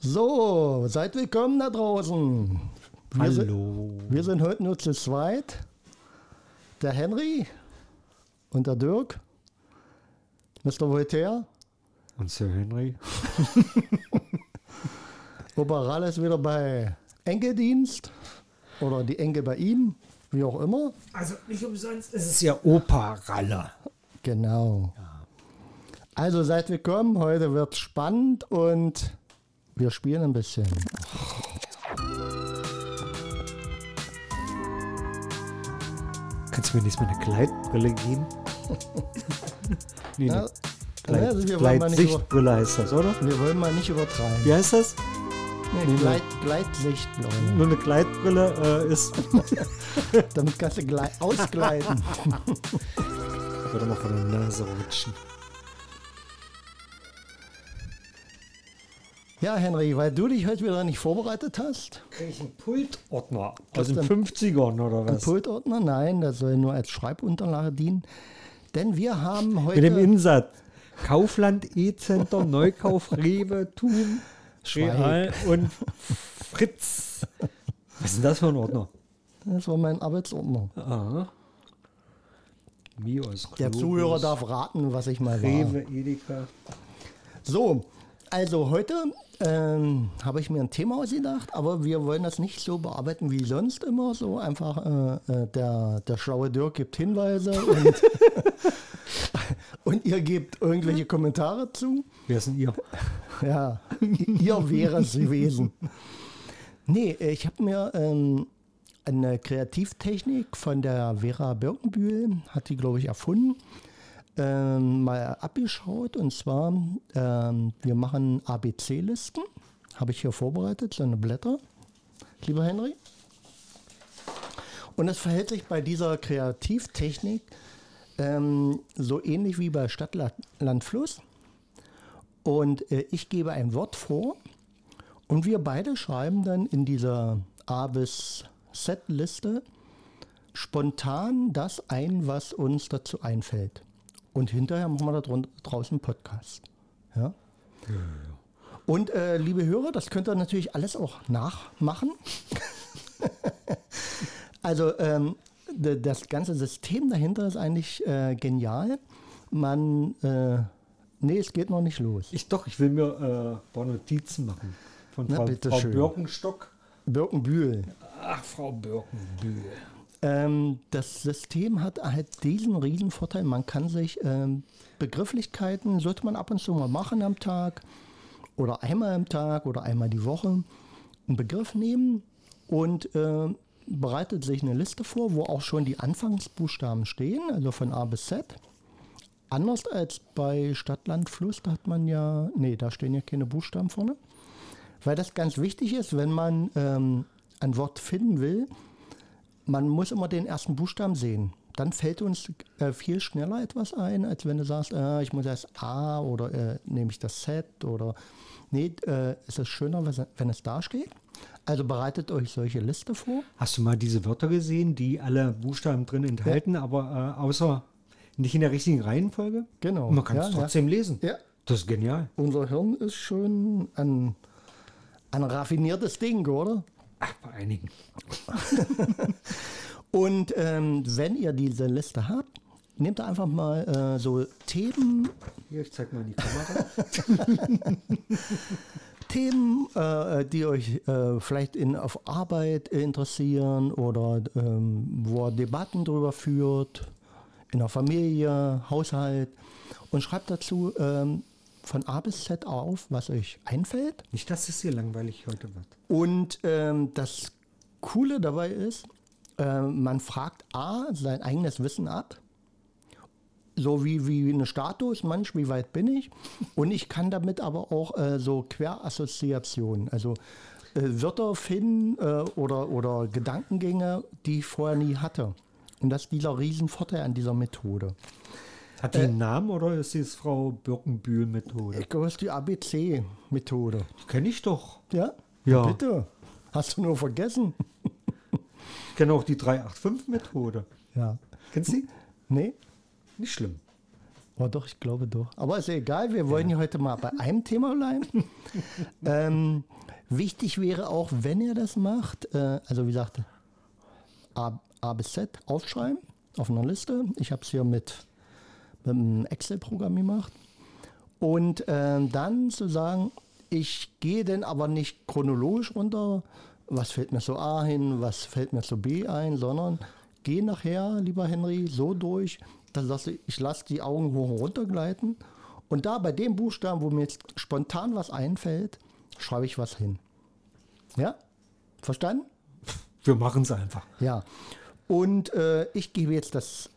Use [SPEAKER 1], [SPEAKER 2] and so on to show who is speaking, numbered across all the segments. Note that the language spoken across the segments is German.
[SPEAKER 1] So, seid willkommen da draußen. Wir
[SPEAKER 2] Hallo.
[SPEAKER 1] Sind, wir sind heute nur zu zweit. Der Henry und der Dirk. Mr. Voltaire.
[SPEAKER 2] Und Sir Henry?
[SPEAKER 1] Oberal ist wieder bei Enkeldienst. Oder die Enkel bei ihm. Wie auch immer.
[SPEAKER 3] Also nicht umsonst ist es ja Opa-Ralle.
[SPEAKER 1] Genau. Also seid willkommen. Heute wird spannend und wir spielen ein bisschen.
[SPEAKER 2] Kannst du mir nicht mal eine Gleitbrille geben? nee,
[SPEAKER 1] Ja,
[SPEAKER 2] eine Gleit,
[SPEAKER 1] also wir wollen mal nicht über-
[SPEAKER 2] Gleitsichtbrille heißt das, oder?
[SPEAKER 1] Wir wollen mal nicht übertreiben.
[SPEAKER 2] Wie heißt das?
[SPEAKER 1] Nee, Gleit, Gleitsicht, glaube ich.
[SPEAKER 2] Nur eine Gleitbrille äh, ist.
[SPEAKER 1] Damit kannst du glei- ausgleiten.
[SPEAKER 2] Ich würde mal von der Nase rutschen.
[SPEAKER 1] ja, Henry, weil du dich heute wieder nicht vorbereitet hast.
[SPEAKER 2] Krieg ich einen Pultordner aus den
[SPEAKER 1] denn?
[SPEAKER 2] 50ern oder
[SPEAKER 1] Ein
[SPEAKER 2] was?
[SPEAKER 1] Pultordner, nein, das soll nur als Schreibunterlage dienen. Denn wir haben
[SPEAKER 2] Mit dem
[SPEAKER 1] heute
[SPEAKER 2] Insatz. Kaufland, E-Center, Neukauf, Rewe, Thum,
[SPEAKER 1] Schweig.
[SPEAKER 2] Real und Fritz. Was ist denn das für ein Ordner?
[SPEAKER 1] Das war mein Arbeitsordner.
[SPEAKER 2] Aha. Mios,
[SPEAKER 1] Der
[SPEAKER 2] Globus,
[SPEAKER 1] Zuhörer darf raten, was ich mal war.
[SPEAKER 2] Rewe, Edeka.
[SPEAKER 1] So, also heute ähm, habe ich mir ein Thema ausgedacht, aber wir wollen das nicht so bearbeiten wie sonst immer. So einfach äh, äh, der, der schlaue Dirk gibt Hinweise und, und ihr gebt irgendwelche Kommentare zu.
[SPEAKER 2] Wer ist denn ihr?
[SPEAKER 1] Ja, ihr wäre es gewesen. Nee, äh, ich habe mir ähm, eine Kreativtechnik von der Vera Birkenbühl, hat die, glaube ich, erfunden, ähm, mal abgeschaut. Und zwar, ähm, wir machen ABC-Listen. Habe ich hier vorbereitet, so eine Blätter, lieber Henry. Und es verhält sich bei dieser Kreativtechnik ähm, so ähnlich wie bei Stadt, Land, Land Fluss. Und äh, ich gebe ein Wort vor und wir beide schreiben dann in dieser A bis Z-Liste spontan das ein, was uns dazu einfällt. Und hinterher machen wir da drun- draußen einen Podcast. Ja? Und äh, liebe Hörer, das könnt ihr natürlich alles auch nachmachen. Also ähm, d- das ganze System dahinter ist eigentlich äh, genial. Man, äh, nee, es geht noch nicht los.
[SPEAKER 2] Ich doch, ich will mir äh, ein paar Notizen machen. Von
[SPEAKER 1] Na,
[SPEAKER 2] Frau,
[SPEAKER 1] bitte
[SPEAKER 2] Frau
[SPEAKER 1] schön.
[SPEAKER 2] Birkenstock.
[SPEAKER 1] Birkenbühl.
[SPEAKER 2] Ach, Frau Birkenbühl.
[SPEAKER 1] Ähm, das System hat halt diesen riesen Vorteil, man kann sich ähm, Begrifflichkeiten, sollte man ab und zu mal machen am Tag oder einmal am Tag oder einmal die Woche, einen Begriff nehmen und äh, bereitet sich eine Liste vor, wo auch schon die Anfangsbuchstaben stehen, also von A bis Z. Anders als bei Stadt, Land, Fluss, da hat man ja, nee, da stehen ja keine Buchstaben vorne. Weil das ganz wichtig ist, wenn man ähm, ein Wort finden will, man muss immer den ersten Buchstaben sehen. Dann fällt uns äh, viel schneller etwas ein, als wenn du sagst, äh, ich muss erst A oder äh, nehme ich das Z oder nee, äh, es ist schöner, wenn es- wenn es da steht. Also bereitet euch solche Liste vor.
[SPEAKER 2] Hast du mal diese Wörter gesehen, die alle Buchstaben drin enthalten, aber äh, außer nicht in der richtigen Reihenfolge?
[SPEAKER 1] Genau,
[SPEAKER 2] Man kann es
[SPEAKER 1] ja, ja.
[SPEAKER 2] trotzdem lesen. Das ist genial.
[SPEAKER 1] unser Hirn ist schon ein, ein raffiniertes Ding, oder?
[SPEAKER 2] Ach, bei einigen.
[SPEAKER 1] Und ähm, wenn ihr diese Liste habt, nehmt da einfach mal äh, so Themen
[SPEAKER 2] Hier, ich zeig mal in die Kamera.
[SPEAKER 1] Themen, äh, die euch äh, vielleicht in, auf Arbeit interessieren oder ähm, wo ihr Debatten drüber führt, in der Familie, Haushalt. Und schreibt dazu ähm, von A bis Z auf, was euch einfällt.
[SPEAKER 2] nicht, dass es hier langweilig heute wird.
[SPEAKER 1] Und ähm, das Coole dabei ist, äh, man fragt A, sein eigenes Wissen ab. So wie, wie eine Status, manch, wie weit bin ich? Und ich kann damit aber auch äh, so Querassoziationen, also äh, Wörter finden äh, oder, oder Gedankengänge, die ich vorher nie hatte. Und das ist dieser Riesenvorteil an dieser Methode.
[SPEAKER 2] Hat
[SPEAKER 1] Äh.
[SPEAKER 2] die einen Namen oder ist die Frau Birkenbühl-Methode?
[SPEAKER 1] Ich glaube, das ist die ABC-Methode.
[SPEAKER 2] Die kenne ich doch.
[SPEAKER 1] Ja?
[SPEAKER 2] Ja.
[SPEAKER 1] Bitte. Hast du nur vergessen?
[SPEAKER 2] Ich kenne auch die 385-Methode.
[SPEAKER 1] Ja.
[SPEAKER 2] Kennst du die?
[SPEAKER 1] Nee?
[SPEAKER 2] Nicht schlimm.
[SPEAKER 1] Oh doch, ich glaube doch. Aber ist ja egal, wir wollen ja heute mal bei einem Thema bleiben. ähm, Wichtig wäre auch, wenn ihr das macht, äh, also wie gesagt, A, A bis Z aufschreiben auf einer Liste. Ich habe es hier mit, mit einem Excel-Programm gemacht. Und ähm, dann zu sagen, ich gehe denn aber nicht chronologisch runter, was fällt mir zu A hin, was fällt mir zu B ein, sondern gehe nachher, lieber Henry, so durch, dass lasse ich, ich lasse die Augen hoch und runter gleiten. Und da bei dem Buchstaben, wo mir jetzt spontan was einfällt, schreibe ich was hin. Ja? Verstanden?
[SPEAKER 2] Wir machen es einfach.
[SPEAKER 1] Ja. Und äh, ich gebe jetzt das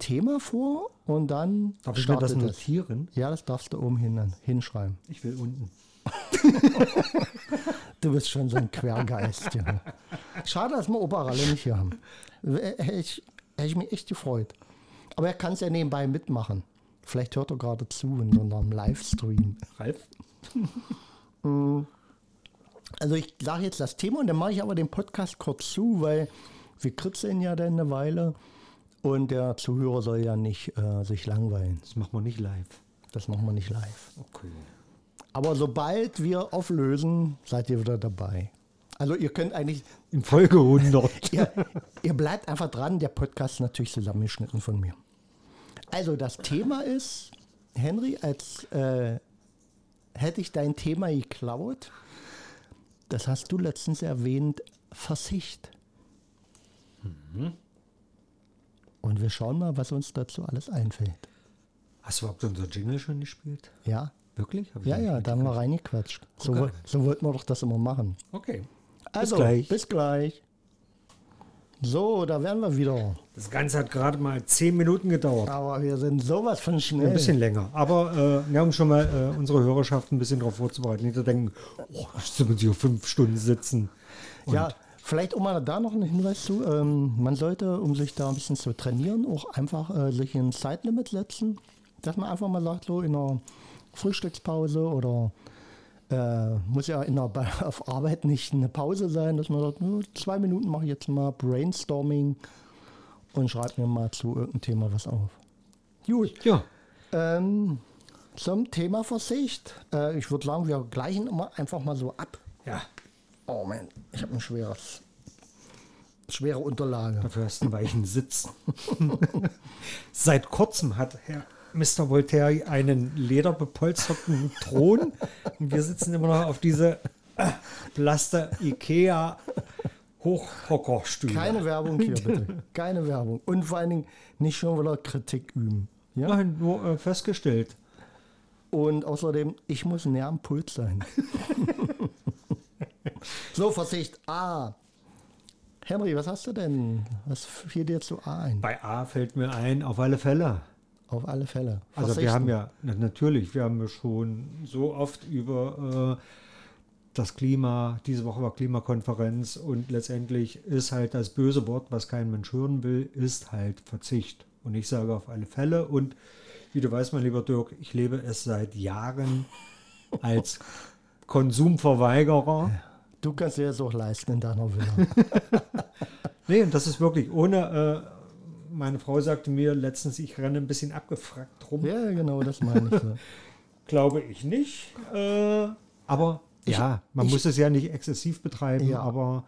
[SPEAKER 1] Thema vor und dann
[SPEAKER 2] Darf ich mir das
[SPEAKER 1] startet es.
[SPEAKER 2] notieren?
[SPEAKER 1] Ja, das darfst du oben hin, hinschreiben.
[SPEAKER 2] Ich will unten.
[SPEAKER 1] Du bist schon so ein Quergeist, ja. Schade, dass wir Operalle nicht hier haben. W- Hätte ich, hätte ich mich echt gefreut. Aber er kann es ja nebenbei mitmachen. Vielleicht hört er gerade zu in so einem Livestream.
[SPEAKER 2] Ralf?
[SPEAKER 1] Also ich sage jetzt das Thema und dann mache ich aber den Podcast kurz zu, weil wir kritzeln ja dann eine Weile und der Zuhörer soll ja nicht äh, sich langweilen.
[SPEAKER 2] Das machen wir nicht live.
[SPEAKER 1] Das machen wir nicht live.
[SPEAKER 2] Okay.
[SPEAKER 1] Aber sobald wir auflösen, seid ihr wieder dabei. Also ihr könnt eigentlich
[SPEAKER 2] In Folge 100.
[SPEAKER 1] ihr, ihr bleibt einfach dran. Der Podcast ist natürlich zusammengeschnitten von mir. Also das Thema ist, Henry, als äh, hätte ich dein Thema geklaut. Das hast du letztens erwähnt, Versicht. Und wir schauen mal, was uns dazu alles einfällt.
[SPEAKER 2] Hast du überhaupt unser Jingle schon gespielt?
[SPEAKER 1] Ja,
[SPEAKER 2] Wirklich? Hab ich
[SPEAKER 1] ja,
[SPEAKER 2] nicht
[SPEAKER 1] ja, da haben wir reingequatscht. So, wo-
[SPEAKER 2] Okay.
[SPEAKER 1] so wollten wir doch das immer machen.
[SPEAKER 2] mitgekriegt. Okay.
[SPEAKER 1] Also,
[SPEAKER 2] gleich.
[SPEAKER 1] bis gleich. So, da wären wir wieder.
[SPEAKER 2] Das Ganze hat gerade mal 10 Minuten gedauert.
[SPEAKER 1] Aber wir sind sowas von schnell.
[SPEAKER 2] Ein bisschen länger. Aber äh, ja, um schon mal äh, unsere Hörerschaft ein bisschen darauf vorzubereiten, nicht zu denken, oh, jetzt müssen hier fünf Stunden sitzen.
[SPEAKER 1] ja, vielleicht um mal da noch einen Hinweis zu. Ähm, man sollte, um sich da ein bisschen zu trainieren, auch einfach äh, sich ein Zeitlimit setzen. Dass man einfach mal sagt, so in einer Frühstückspause oder äh, muss ja in der, Ba- auf Arbeit nicht eine Pause sein, dass man sagt, nur zwei Minuten mache ich jetzt mal Brainstorming und schreibe mir mal zu irgendeinem Thema was auf. Gut.
[SPEAKER 2] Ja.
[SPEAKER 1] Ähm, zum Thema Versicht. Äh, ich würde sagen, wir gleichen immer einfach mal so ab.
[SPEAKER 2] Ja.
[SPEAKER 1] Oh man, ich habe ein schweres, schwere Unterlage.
[SPEAKER 2] Dafür hast du einen weichen Sitz. Seit kurzem hat Herr Mr. Voltaire einen lederbepolsterten Thron und wir sitzen immer noch auf diese äh, Plaster Ikea Hochhockerstühle.
[SPEAKER 1] Keine Werbung hier bitte. Keine Werbung. Und vor allen Dingen nicht schon wieder Kritik üben. Ja?
[SPEAKER 2] Nein, nur äh, festgestellt.
[SPEAKER 1] Und außerdem, ich muss näher am Puls sein. so, Versicht. A. Henry, was hast du denn? Was fiel dir zu A ein?
[SPEAKER 2] Bei A fällt mir ein, auf alle Fälle.
[SPEAKER 1] Auf alle Fälle.
[SPEAKER 2] Also wir
[SPEAKER 1] Versichten.
[SPEAKER 2] haben ja, na, natürlich, wir haben ja schon so oft über äh, das Klima, diese Woche war Klimakonferenz und letztendlich ist halt das böse Wort, was kein Mensch hören will, ist halt Verzicht. Und ich sage auf alle Fälle und wie du weißt, mein lieber Dirk, ich lebe es seit Jahren als Konsumverweigerer.
[SPEAKER 1] Du kannst dir das auch leisten in deiner Villa.
[SPEAKER 2] Nee, und das ist wirklich ohne, äh, meine Frau sagte mir letztens, ich renne ein bisschen abgefrackt rum.
[SPEAKER 1] ja, genau, das meine ich. So.
[SPEAKER 2] Glaube ich nicht. Äh, aber ja, man
[SPEAKER 1] ich-
[SPEAKER 2] muss es ja nicht exzessiv betreiben,
[SPEAKER 1] Ja.
[SPEAKER 2] aber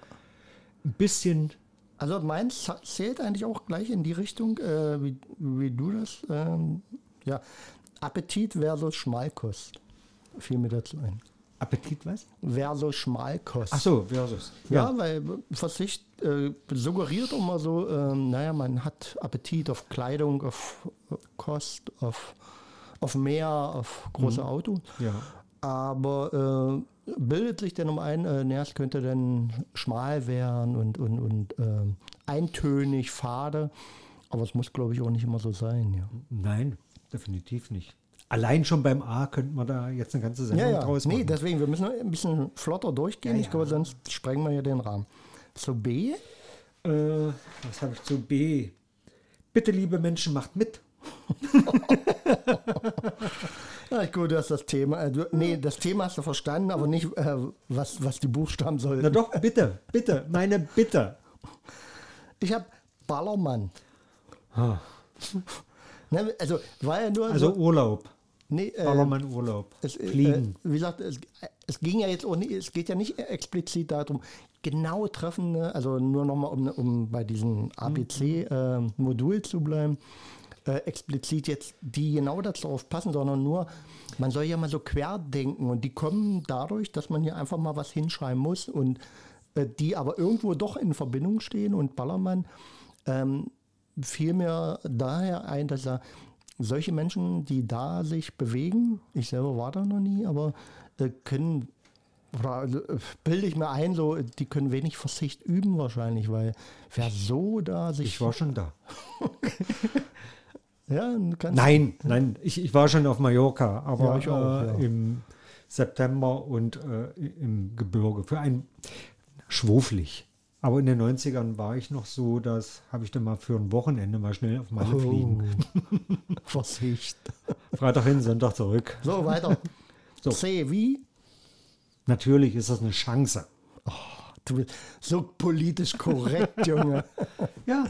[SPEAKER 2] ein bisschen.
[SPEAKER 1] Also meins z- zählt eigentlich auch gleich in die Richtung, äh, wie, wie du das. Ähm, ja, Appetit versus Schmalkost. Fiel mir dazu ein.
[SPEAKER 2] Appetit, was?
[SPEAKER 1] Versus Schmalkost.
[SPEAKER 2] Ach so, versus.
[SPEAKER 1] Ja,
[SPEAKER 2] Ja.
[SPEAKER 1] weil Verzicht äh, suggeriert immer so, ähm, naja, man hat Appetit auf Kleidung, auf äh, Kost, auf, auf Meer, auf große Autos.
[SPEAKER 2] Mhm. ja.
[SPEAKER 1] Aber äh, bildet sich denn um ein, äh, naja, es könnte dann schmal werden und, und, und ähm, eintönig, fade. Aber es muss, glaube ich, auch nicht immer so sein. Ja,
[SPEAKER 2] Nein, definitiv nicht. Allein schon beim A könnten wir da jetzt eine ganze Sendung draus machen.
[SPEAKER 1] Nee, deswegen, wir müssen ein bisschen flotter durchgehen.
[SPEAKER 2] Ja,
[SPEAKER 1] Ich glaube,
[SPEAKER 2] ja.
[SPEAKER 1] sonst sprengen wir ja den Rahmen. Zu B,
[SPEAKER 2] äh, was habe ich zu B? Bitte, liebe Menschen, macht mit.
[SPEAKER 1] na gut, du hast das Thema. Äh, du, nee,
[SPEAKER 2] Hm.
[SPEAKER 1] das Thema hast du verstanden, aber nicht, äh, was, was die Buchstaben
[SPEAKER 2] Na
[SPEAKER 1] sollen.
[SPEAKER 2] doch, bitte, bitte, meine Bitte.
[SPEAKER 1] Ich habe Ballermann. Ne, also, war ja nur
[SPEAKER 2] Also Urlaub.
[SPEAKER 1] nee, äh,
[SPEAKER 2] Ballermann Urlaub.
[SPEAKER 1] Es, äh,
[SPEAKER 2] Fliegen.
[SPEAKER 1] Äh, wie gesagt, es, es ging ja jetzt auch nicht, es geht ja nicht explizit darum, genau treffende, also nur nochmal, um, um bei diesem ABC-Modul äh, zu bleiben, äh, explizit jetzt die genau darauf passen, sondern nur, man soll ja mal so querdenken und die kommen dadurch, dass man hier einfach mal was hinschreiben muss und äh, die aber irgendwo doch in Verbindung stehen und Ballermann ähm, fiel mir daher ein, dass er solche Menschen, die da sich bewegen, ich selber war da noch nie, aber äh, können, oder äh, bilde ich mir ein, so, die können wenig Verzicht üben wahrscheinlich, weil wer so da sich.
[SPEAKER 2] Ich war schon da.
[SPEAKER 1] ja, ganz
[SPEAKER 2] Nein, nein, ich, ich war schon auf Mallorca, aber
[SPEAKER 1] Ja, ich auch,
[SPEAKER 2] äh,
[SPEAKER 1] ja.
[SPEAKER 2] im September und äh, im Gebirge. Für ein schwuflig. Aber in den 90ern war ich noch so, das habe ich dann mal für ein Wochenende mal schnell auf Malle
[SPEAKER 1] oh.
[SPEAKER 2] fliegen.
[SPEAKER 1] Verzicht.
[SPEAKER 2] Freitag hin, Sonntag zurück.
[SPEAKER 1] So, weiter.
[SPEAKER 2] So.
[SPEAKER 1] C, wie?
[SPEAKER 2] Natürlich ist das eine Chance.
[SPEAKER 1] Du bist so politisch korrekt, Junge.
[SPEAKER 2] Ja,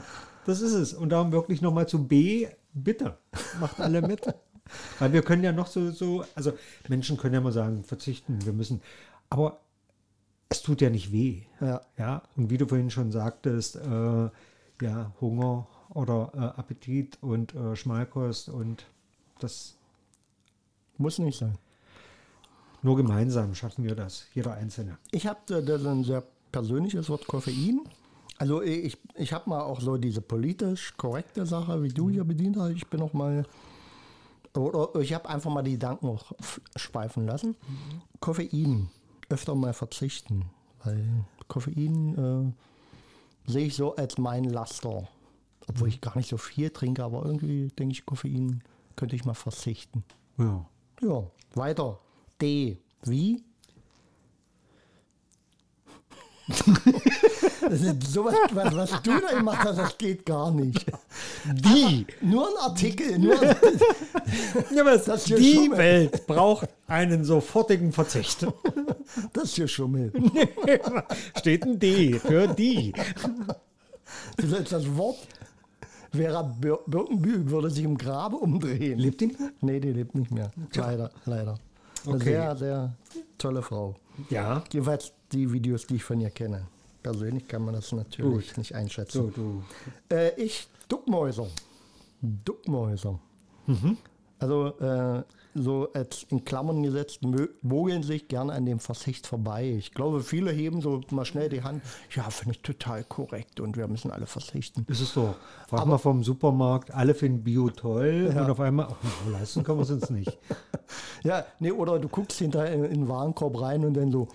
[SPEAKER 2] das ist es. Und darum wirklich nochmal zu B, bitte, macht alle mit. Weil wir können ja noch so, so, also Menschen können ja mal sagen, verzichten, wir müssen. Aber es tut ja nicht weh.
[SPEAKER 1] Ja.
[SPEAKER 2] Ja, und wie du vorhin schon sagtest, äh, ja, Hunger oder äh, Appetit und äh, Schmalkost und das
[SPEAKER 1] Muss nicht sein.
[SPEAKER 2] nur gemeinsam schaffen wir das, jeder Einzelne.
[SPEAKER 1] Ich habe da so ein sehr persönliches Wort Koffein. Also ich, ich habe mal auch so diese politisch korrekte Sache, wie du hier bedient hast. Ich bin noch mal, oder ich habe einfach mal die Gedanken auch f- schweifen lassen. Koffein öfter mal verzichten, weil Koffein äh, sehe ich so als mein Laster. Obwohl ich gar nicht so viel trinke, aber irgendwie denke ich, Koffein könnte ich mal verzichten.
[SPEAKER 2] Ja.
[SPEAKER 1] Ja, weiter. D. Wie? Das ist sowas, was, was du da gemacht hast, das geht gar nicht. Die. Nur ein Artikel. Nur ein,
[SPEAKER 2] ja aber
[SPEAKER 1] Das hier
[SPEAKER 2] die
[SPEAKER 1] schon mal.
[SPEAKER 2] Welt braucht einen sofortigen Verzicht.
[SPEAKER 1] das hier Schummel.
[SPEAKER 2] Steht ein D für die.
[SPEAKER 1] Das, ist das Wort Vera Bir- Birkenbühl würde sich im Grabe umdrehen. Lebt die? Nee, die lebt nicht mehr. Leider, leider. Eine
[SPEAKER 2] Okay.
[SPEAKER 1] sehr, sehr tolle Frau.
[SPEAKER 2] Ja.
[SPEAKER 1] Jeweils die Videos, die ich von ihr kenne. Persönlich kann man das natürlich
[SPEAKER 2] Gut.
[SPEAKER 1] nicht einschätzen.
[SPEAKER 2] So, du.
[SPEAKER 1] Äh, ich Duckmäuser. Duckmäuser. Also äh, so als in Klammern gesetzt, mö- mogeln sich gerne an dem Verzicht vorbei. Ich glaube, viele heben so mal schnell die Hand. Ja, finde ich total korrekt und wir müssen alle verzichten.
[SPEAKER 2] Ist es doch. Frag mal vom Supermarkt, alle finden Bio toll und auf einmal, ach, leisten können wir es uns nicht.
[SPEAKER 1] Ja, nee, oder du guckst hinterher in, in den Warenkorb rein und dann so,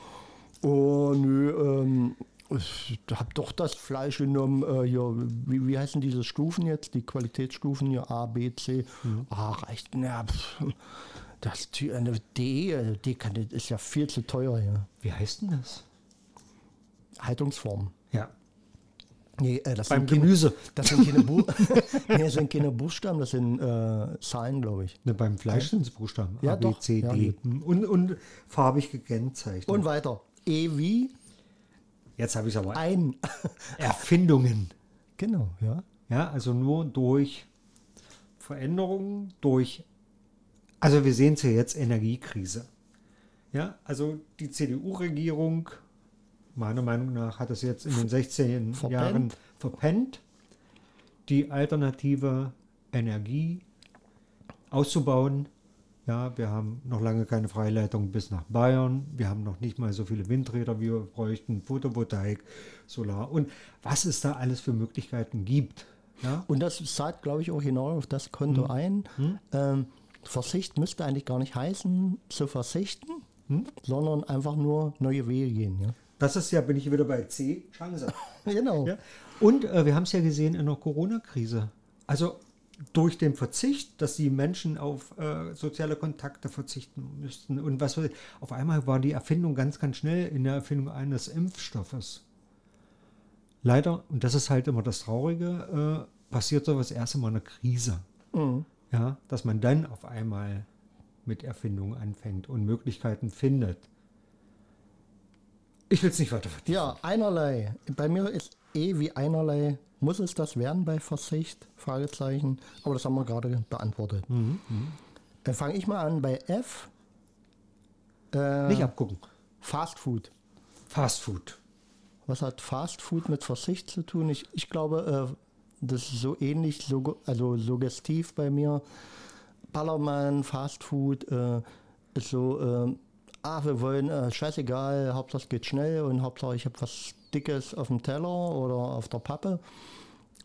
[SPEAKER 1] oh nö, ähm, ich hab doch das Fleisch genommen, äh, hier, wie, wie heißen diese Stufen jetzt, die Qualitätsstufen hier, A, B, C, ah, reicht, na, pff, das Tü- äh, D, äh, D kann, das ist ja viel zu teuer hier.
[SPEAKER 2] Wie heißt denn das?
[SPEAKER 1] Haltungsform.
[SPEAKER 2] Ja.
[SPEAKER 1] Nee, äh, das,
[SPEAKER 2] Beim
[SPEAKER 1] sind keine,
[SPEAKER 2] Gemüse.
[SPEAKER 1] das, sind keine Bu nee, das sind keine Buchstaben, das sind äh, Zahlen, glaube ich.
[SPEAKER 2] Ne, beim Fleisch sind es Buchstaben.
[SPEAKER 1] Ja,
[SPEAKER 2] A, B,
[SPEAKER 1] doch.
[SPEAKER 2] C,
[SPEAKER 1] Ja,
[SPEAKER 2] D. Und, und farbig gekennzeichnet.
[SPEAKER 1] Und weiter. E wie
[SPEAKER 2] jetzt habe ich es aber.
[SPEAKER 1] ein.
[SPEAKER 2] Erfindungen.
[SPEAKER 1] genau, ja.
[SPEAKER 2] Ja, also nur durch Veränderungen, durch. Also wir sehen es ja jetzt, Energiekrise. Ja, also die CDU-Regierung, meiner Meinung nach, hat es jetzt in den 16
[SPEAKER 1] Verpennt.
[SPEAKER 2] Jahren verpennt, die alternative Energie auszubauen. Ja, wir haben noch lange keine Freileitung bis nach Bayern. Wir haben noch nicht mal so viele Windräder, wie wir bräuchten. Photovoltaik, Solar und was es da alles für Möglichkeiten gibt. Ja,
[SPEAKER 1] Und das zahlt, glaube ich, auch genau auf das Konto ein. Ähm, Verzicht müsste eigentlich gar nicht heißen, zu verzichten, sondern einfach nur neue Wege gehen. Ja?
[SPEAKER 2] das ist ja, bin ich wieder bei C, Chance.
[SPEAKER 1] Genau.
[SPEAKER 2] Ja. Und äh, wir haben es ja gesehen in der Corona-Krise. Also durch den Verzicht, dass die Menschen auf äh, soziale Kontakte verzichten müssten und was weiß ich. auf einmal war die Erfindung ganz, ganz schnell in der Erfindung eines Impfstoffes. Leider, und das ist halt immer das Traurige, äh, passiert sowas erst immer in einer Krise. Ja, dass man dann auf einmal mit Erfindungen anfängt und Möglichkeiten findet. Ich will es nicht weiter vertiefen.
[SPEAKER 1] ja, einerlei. Bei mir ist eh wie einerlei. Muss es das werden bei Verzicht? Fragezeichen. Aber das haben wir gerade beantwortet. Dann fange ich mal an bei F. Äh,
[SPEAKER 2] Nicht abgucken.
[SPEAKER 1] Fast Food.
[SPEAKER 2] Fast Food.
[SPEAKER 1] Was hat Fast Food mit Verzicht zu tun? Ich, ich glaube, äh, das ist so ähnlich, so, also suggestiv bei mir. Ballermann, Fast Food äh, ist so, äh, ah, wir wollen, äh, scheißegal, Hauptsache es geht schnell und Hauptsache ich habe was Dickes auf dem Teller oder auf der Pappe.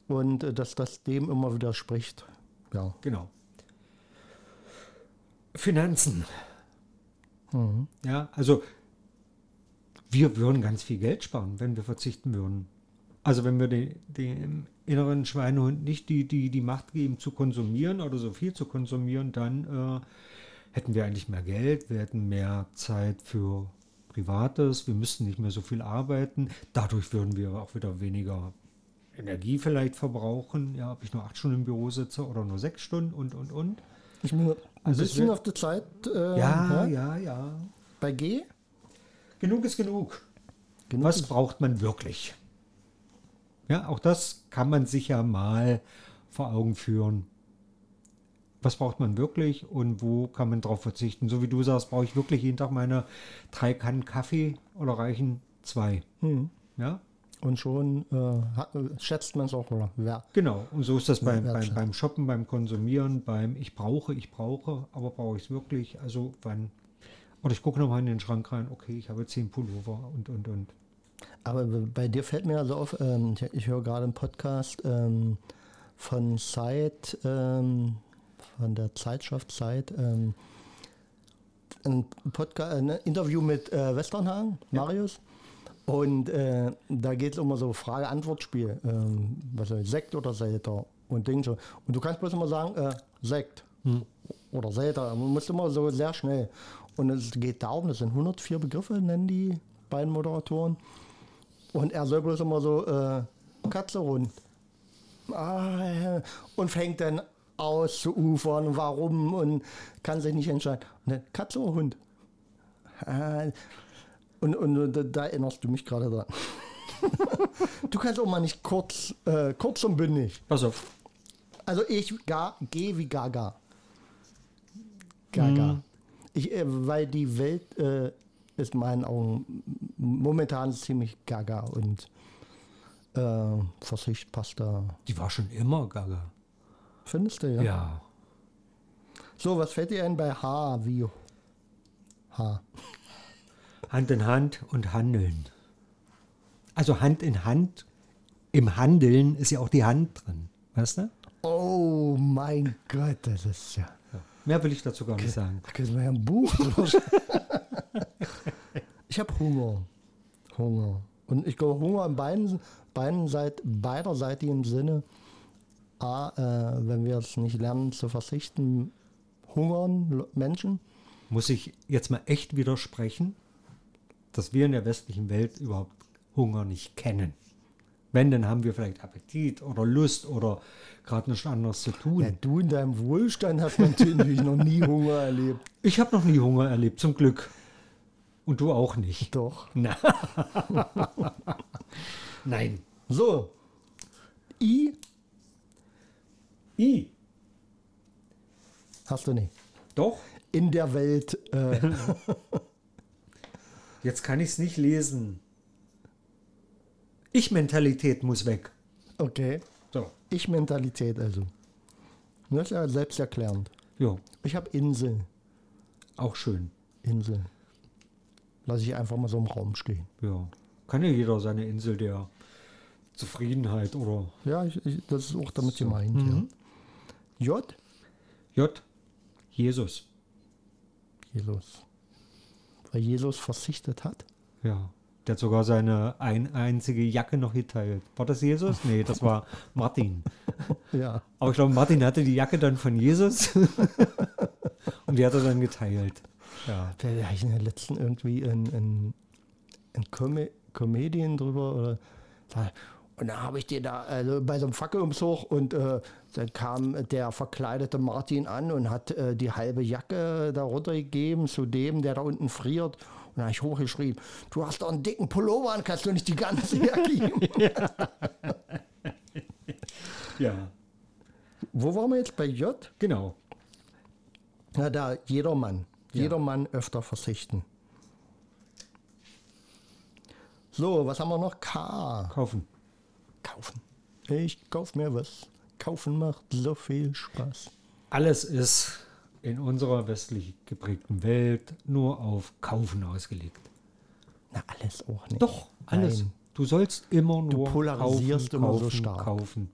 [SPEAKER 1] Und äh, dass das dem immer widerspricht. Ja.
[SPEAKER 2] Genau. Finanzen. Ja, also wir würden ganz viel Geld sparen, wenn wir verzichten würden. Also wenn wir den, dem inneren Schweinehund nicht die, die, die Macht geben zu konsumieren oder so viel zu konsumieren, dann äh, hätten wir eigentlich mehr Geld, wir hätten mehr Zeit für Privates, wir müssten nicht mehr so viel arbeiten. Dadurch würden wir auch wieder weniger Energie vielleicht verbrauchen. Ja, ob ich nur acht Stunden im Büro sitze oder nur sechs Stunden und, und, und.
[SPEAKER 1] Ich bin ein
[SPEAKER 2] Also es
[SPEAKER 1] bisschen
[SPEAKER 2] wird-
[SPEAKER 1] auf die Zeit. Äh,
[SPEAKER 2] Ja,
[SPEAKER 1] ne?
[SPEAKER 2] ja, ja.
[SPEAKER 1] Bei G? genau.
[SPEAKER 2] Genug ist genug.
[SPEAKER 1] Genug
[SPEAKER 2] Was braucht man wirklich? Ja, auch das kann man sich ja mal vor Augen führen. Was braucht man wirklich und wo kann man drauf verzichten? So wie du sagst, brauche ich wirklich jeden Tag meine drei Kannen Kaffee oder reichen zwei?
[SPEAKER 1] Hm.
[SPEAKER 2] Ja,
[SPEAKER 1] Und schon äh, hat, schätzt man es auch oder wer?
[SPEAKER 2] genau. Und so ist das beim, beim,
[SPEAKER 1] Wertschätzung.
[SPEAKER 2] beim Shoppen, beim Konsumieren, beim Ich brauche, ich brauche, aber brauche ich es wirklich? Also wann? Oder ich gucke nochmal in den Schrank rein, okay, ich habe zehn Pullover und, und, und.
[SPEAKER 1] Aber b- bei dir fällt mir also auf, ähm, ich, ich höre gerade einen Podcast ähm, von Zeit, ähm, von der Zeitschrift Zeit, ähm, ein, Podcast, ein Interview mit äh, Westernhagen, Marius. Und äh, da geht es immer so Frage-Antwort-Spiel. Ähm, was soll ich, Sekt oder Selter? Und Ding so. Und du kannst bloß immer sagen, äh, Sekt oder Selter. Man muss immer so sehr schnell. Und es geht darum, das sind 104 Begriffe, nennen die beiden Moderatoren. Und er soll bloß immer so äh, Katze rund. Ah, äh, und fängt dann aus zu ufern, warum und kann sich nicht entscheiden. Und dann Katze oder Hund. Äh, und, und, und da- da erinnerst du mich gerade dran. du kannst auch mal nicht kurz, äh, kurz und bündig.
[SPEAKER 2] Pass auf,
[SPEAKER 1] Also ich ga, geh wie Gaga. Gaga. Ich, äh, weil die Welt äh, ist meinen Augen momentan ziemlich Gaga und äh, Verzicht passt da.
[SPEAKER 2] die war schon immer gaga.
[SPEAKER 1] Findest du ja.
[SPEAKER 2] ja.
[SPEAKER 1] So, was fällt dir ein bei H wie H?
[SPEAKER 2] Hand in Hand und handeln. Also Hand in Hand. Im Handeln ist ja auch die Hand drin. Weißt du?
[SPEAKER 1] Oh mein Gott, das ist ja.
[SPEAKER 2] Mehr will ich dazu gar nicht sagen.
[SPEAKER 1] Da können wir ja ein Buch draus- Ich habe Hunger. Hunger. Und ich glaube, Hunger in beiden, beiden Seit, beiderseitigem Sinne. A, äh, wenn wir es nicht lernen zu verzichten, hungern Lo- Menschen.
[SPEAKER 2] Muss ich jetzt mal echt widersprechen, dass wir in der westlichen Welt überhaupt Hunger nicht kennen. Wenn, dann haben wir vielleicht Appetit oder Lust oder gerade nichts anderes zu tun.
[SPEAKER 1] Ja, du in deinem Wohlstand hast natürlich noch nie Hunger erlebt.
[SPEAKER 2] Ich habe noch nie Hunger erlebt, zum Glück. Und du auch nicht.
[SPEAKER 1] Doch.
[SPEAKER 2] Na. Nein.
[SPEAKER 1] So. I
[SPEAKER 2] I.
[SPEAKER 1] hast du nicht.
[SPEAKER 2] Doch.
[SPEAKER 1] In der Welt. Äh,
[SPEAKER 2] Jetzt kann ich es nicht lesen. Ich-Mentalität muss weg.
[SPEAKER 1] okay.
[SPEAKER 2] So.
[SPEAKER 1] Ich-Mentalität also. Das ist ja selbsterklärend.
[SPEAKER 2] Ja,
[SPEAKER 1] Ich habe Insel.
[SPEAKER 2] auch schön.
[SPEAKER 1] Insel. Lass ich einfach mal so im Raum stehen.
[SPEAKER 2] Ja. Kann ja jeder seine Insel der Zufriedenheit oder
[SPEAKER 1] Ja, ich, ich, das ist auch damit gemeint. Ja. J.
[SPEAKER 2] J. Jesus.
[SPEAKER 1] Jesus. Weil Jesus verzichtet hat.
[SPEAKER 2] Ja. Der hat sogar seine ein einzige Jacke noch geteilt. War das Jesus? Nee, das war Martin.
[SPEAKER 1] Ja.
[SPEAKER 2] Aber ich glaube, Martin hatte die Jacke dann von Jesus und die hat er dann geteilt. Ja.
[SPEAKER 1] Da habe ich in der letzten irgendwie in, in, in Com Comedian drüber oder da- und da habe ich dir da also bei so einem Fackelumzug und äh, dann kam der verkleidete Martin an und hat äh, die halbe Jacke da runtergegeben zu dem, der da unten friert. Und da habe ich hochgeschrieben, du hast doch einen dicken Pullover an, kannst du nicht die ganze Jacke geben.
[SPEAKER 2] Ja.
[SPEAKER 1] Wo waren wir jetzt bei J?
[SPEAKER 2] Genau.
[SPEAKER 1] Na da, jedermann. Jedermann öfter verzichten. So, was haben wir noch? K.
[SPEAKER 2] Kaufen.
[SPEAKER 1] Kaufen. Ich kauf mir was. Kaufen macht so viel Spaß.
[SPEAKER 2] Alles ist in unserer westlich geprägten Welt nur auf Kaufen ausgelegt.
[SPEAKER 1] Na, alles auch nicht.
[SPEAKER 2] Doch, alles.
[SPEAKER 1] Nein.
[SPEAKER 2] Du sollst immer nur
[SPEAKER 1] polarisierst
[SPEAKER 2] kaufen,
[SPEAKER 1] immer so
[SPEAKER 2] kaufen,
[SPEAKER 1] stark.
[SPEAKER 2] kaufen.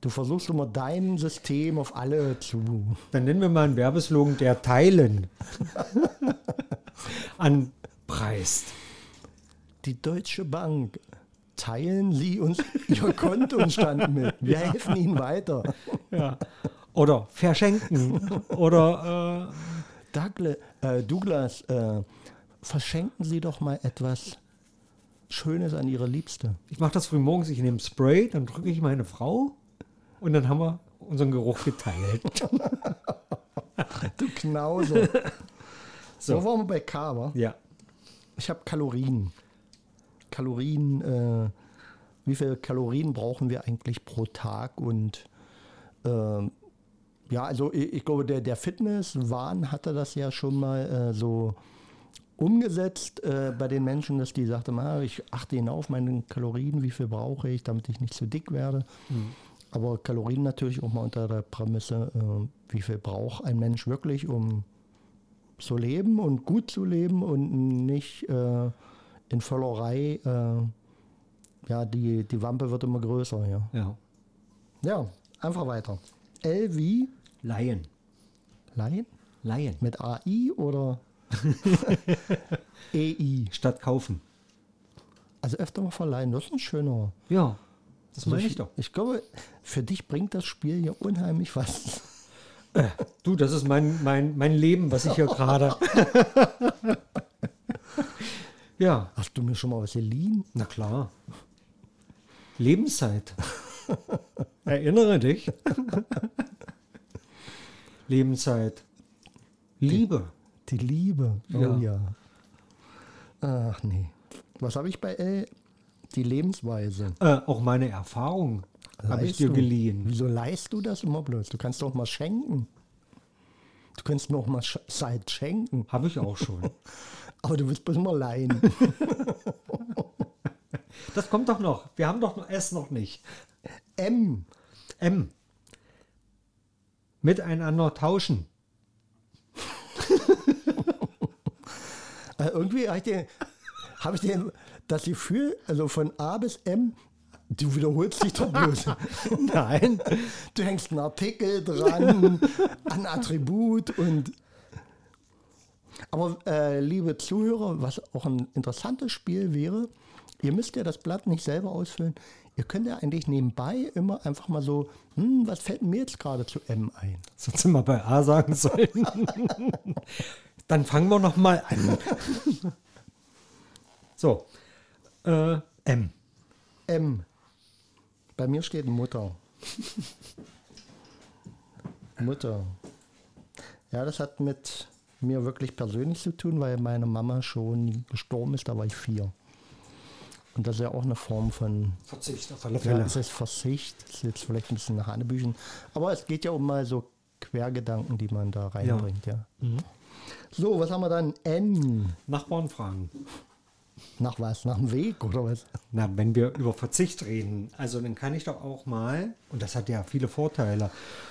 [SPEAKER 1] Du versuchst immer dein System auf alle zu.
[SPEAKER 2] Dann nennen wir mal einen Werbeslogan, der Teilen anpreist.
[SPEAKER 1] Die Deutsche Bank. Teilen Sie uns Ihr Kontostand mit. Wir helfen Ihnen weiter.
[SPEAKER 2] Ja. Oder verschenken. Oder
[SPEAKER 1] Douglas, äh, Douglas äh, verschenken Sie doch mal etwas Schönes an Ihre Liebste.
[SPEAKER 2] äh, ich mache das früh morgens, ich nehme Spray, dann drücke ich meine Frau und dann haben wir unseren Geruch geteilt.
[SPEAKER 1] Du Knause. so.
[SPEAKER 2] So.
[SPEAKER 1] Wo waren wir bei K, wa?
[SPEAKER 2] ja.
[SPEAKER 1] Ich habe Kalorien. Kalorien, äh, wie viele Kalorien brauchen wir eigentlich pro Tag? Und ähm, ja, also ich, ich glaube, der, der Fitnesswahn hatte das ja schon mal äh, so umgesetzt äh, bei den Menschen, dass die sagten, ah, ich achte genau auf meine Kalorien, wie viel brauche ich, damit ich nicht zu dick werde. Aber Kalorien natürlich auch mal unter der Prämisse, äh, wie viel braucht ein Mensch wirklich, um zu leben und gut zu leben und nicht äh, in Völlerei. Äh, ja, die, die Wampe wird immer größer, ja.
[SPEAKER 2] ja.
[SPEAKER 1] Ja, einfach weiter. L wie
[SPEAKER 2] Laien.
[SPEAKER 1] Laien
[SPEAKER 2] Laien.
[SPEAKER 1] mit AI oder EI.
[SPEAKER 2] Statt kaufen.
[SPEAKER 1] Also öfter mal verleihen, das ist ein schöner.
[SPEAKER 2] Ja. Das
[SPEAKER 1] Also
[SPEAKER 2] meine ich doch.
[SPEAKER 1] Ich glaube, für dich bringt das Spiel ja unheimlich was.
[SPEAKER 2] Du, das ist mein, mein, mein Leben, was ich hier gerade. ja,
[SPEAKER 1] Hast du mir schon mal was geliehen?
[SPEAKER 2] na klar. Lebenszeit. Erinnere dich. Lebenszeit. Liebe.
[SPEAKER 1] Die Liebe. Oh ja.
[SPEAKER 2] Ja.
[SPEAKER 1] Ach nee. Was habe ich bei L? Die Lebensweise.
[SPEAKER 2] Äh, auch meine Erfahrung habe ich
[SPEAKER 1] Leist
[SPEAKER 2] dir
[SPEAKER 1] du-
[SPEAKER 2] geliehen.
[SPEAKER 1] Wieso leihst du das immer bloß? Du kannst doch mal schenken. Du kannst mir auch mal Sch- Zeit schenken,
[SPEAKER 2] Habe ich auch schon.
[SPEAKER 1] aber du willst bloß mal leihen.
[SPEAKER 2] Das kommt doch noch. Wir haben doch noch S noch nicht.
[SPEAKER 1] M.
[SPEAKER 2] M. Miteinander tauschen.
[SPEAKER 1] Äh, irgendwie habe ich, den, hab ich den, das Gefühl, also von A bis M, du wiederholst dich doch bloß.
[SPEAKER 2] Nein.
[SPEAKER 1] Du hängst einen Artikel dran, ein Attribut und. Aber äh, liebe Zuhörer, was auch ein interessantes Spiel wäre, ihr müsst ja das Blatt nicht selber ausfüllen. Ihr könnt ja eigentlich nebenbei immer einfach mal so, hm, was fällt mir jetzt gerade zu M ein?
[SPEAKER 2] Sonst immer bei A sagen sollen. Dann fangen wir noch mal an. So. Äh, M.
[SPEAKER 1] M. Bei mir steht Mutter. Mutter. Ja, das hat mit mir wirklich persönlich zu tun, weil meine Mama schon gestorben ist, da war ich vier. Und das ist ja auch eine Form von,
[SPEAKER 2] Verzicht auf alle
[SPEAKER 1] ja,
[SPEAKER 2] Fälle.
[SPEAKER 1] es ist Versicht, es ist jetzt vielleicht ein bisschen Hanebüchen, aber es geht ja um mal so Quergedanken, die man da reinbringt, ja. So, was haben wir dann? N.
[SPEAKER 2] Nachbarn fragen.
[SPEAKER 1] Nach was? Nach dem Weg oder was?
[SPEAKER 2] Na, wenn wir über Verzicht reden, also dann kann ich doch auch mal, und das hat ja viele Vorteile.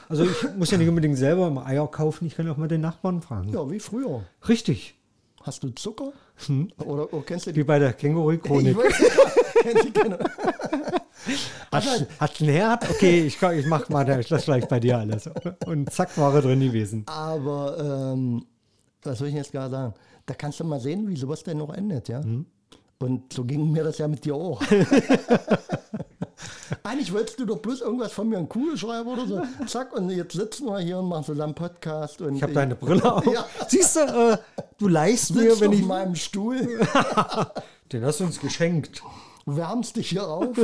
[SPEAKER 2] Also ich muss ja nicht unbedingt selber immer Eier kaufen, ich kann auch mal den Nachbarn fragen.
[SPEAKER 1] Ja, wie früher.
[SPEAKER 2] Richtig.
[SPEAKER 1] Hast du Zucker? Oder, oder kennst du die
[SPEAKER 2] Wie bei der
[SPEAKER 1] Ich Genau.
[SPEAKER 2] Känguru-Chronik.
[SPEAKER 1] weiß- Kennen Sie keine-
[SPEAKER 2] Hast du einen Herd? Okay, ich, komm, ich mach mal, ich lass gleich bei dir alles. Und zack, Ware drin gewesen.
[SPEAKER 1] Aber ähm, was soll ich jetzt gerade sagen? Da kannst du mal sehen, wie sowas denn noch endet, ja?
[SPEAKER 2] Mhm.
[SPEAKER 1] Und so ging mir das ja mit dir auch. Eigentlich wolltest du doch bloß irgendwas von mir in Kugel schreiben oder so. Zack, und jetzt sitzen wir hier und machen zusammen Podcast. Und
[SPEAKER 2] Ich habe deine Brille auf.
[SPEAKER 1] Ja.
[SPEAKER 2] Siehst du, äh, du leihst mir,
[SPEAKER 1] Sitzt
[SPEAKER 2] wenn
[SPEAKER 1] auf
[SPEAKER 2] ich.
[SPEAKER 1] meinem Stuhl.
[SPEAKER 2] Den hast du uns geschenkt.
[SPEAKER 1] Wärmst dich hier auf.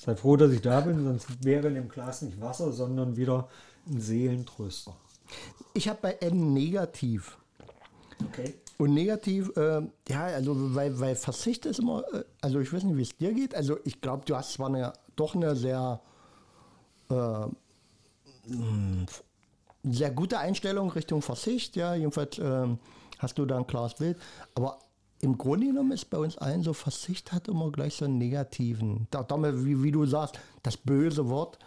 [SPEAKER 2] Sei froh, dass ich da bin, sonst wäre in dem Glas nicht Wasser, sondern wieder ein Seelentröster.
[SPEAKER 1] Ich habe bei N negativ.
[SPEAKER 2] Okay.
[SPEAKER 1] Und negativ, ähm, ja, also weil, weil Verzicht ist immer, äh, also ich weiß nicht, wie es dir geht. Also ich glaube, du hast zwar eine, doch eine sehr, äh, mh, sehr gute Einstellung Richtung Verzicht, ja, jedenfalls ähm, hast du da ein klares Bild. Aber im Grunde genommen ist bei uns allen so, Verzicht hat immer gleich so einen negativen, da, da mal, wie, wie du sagst, das böse Wort.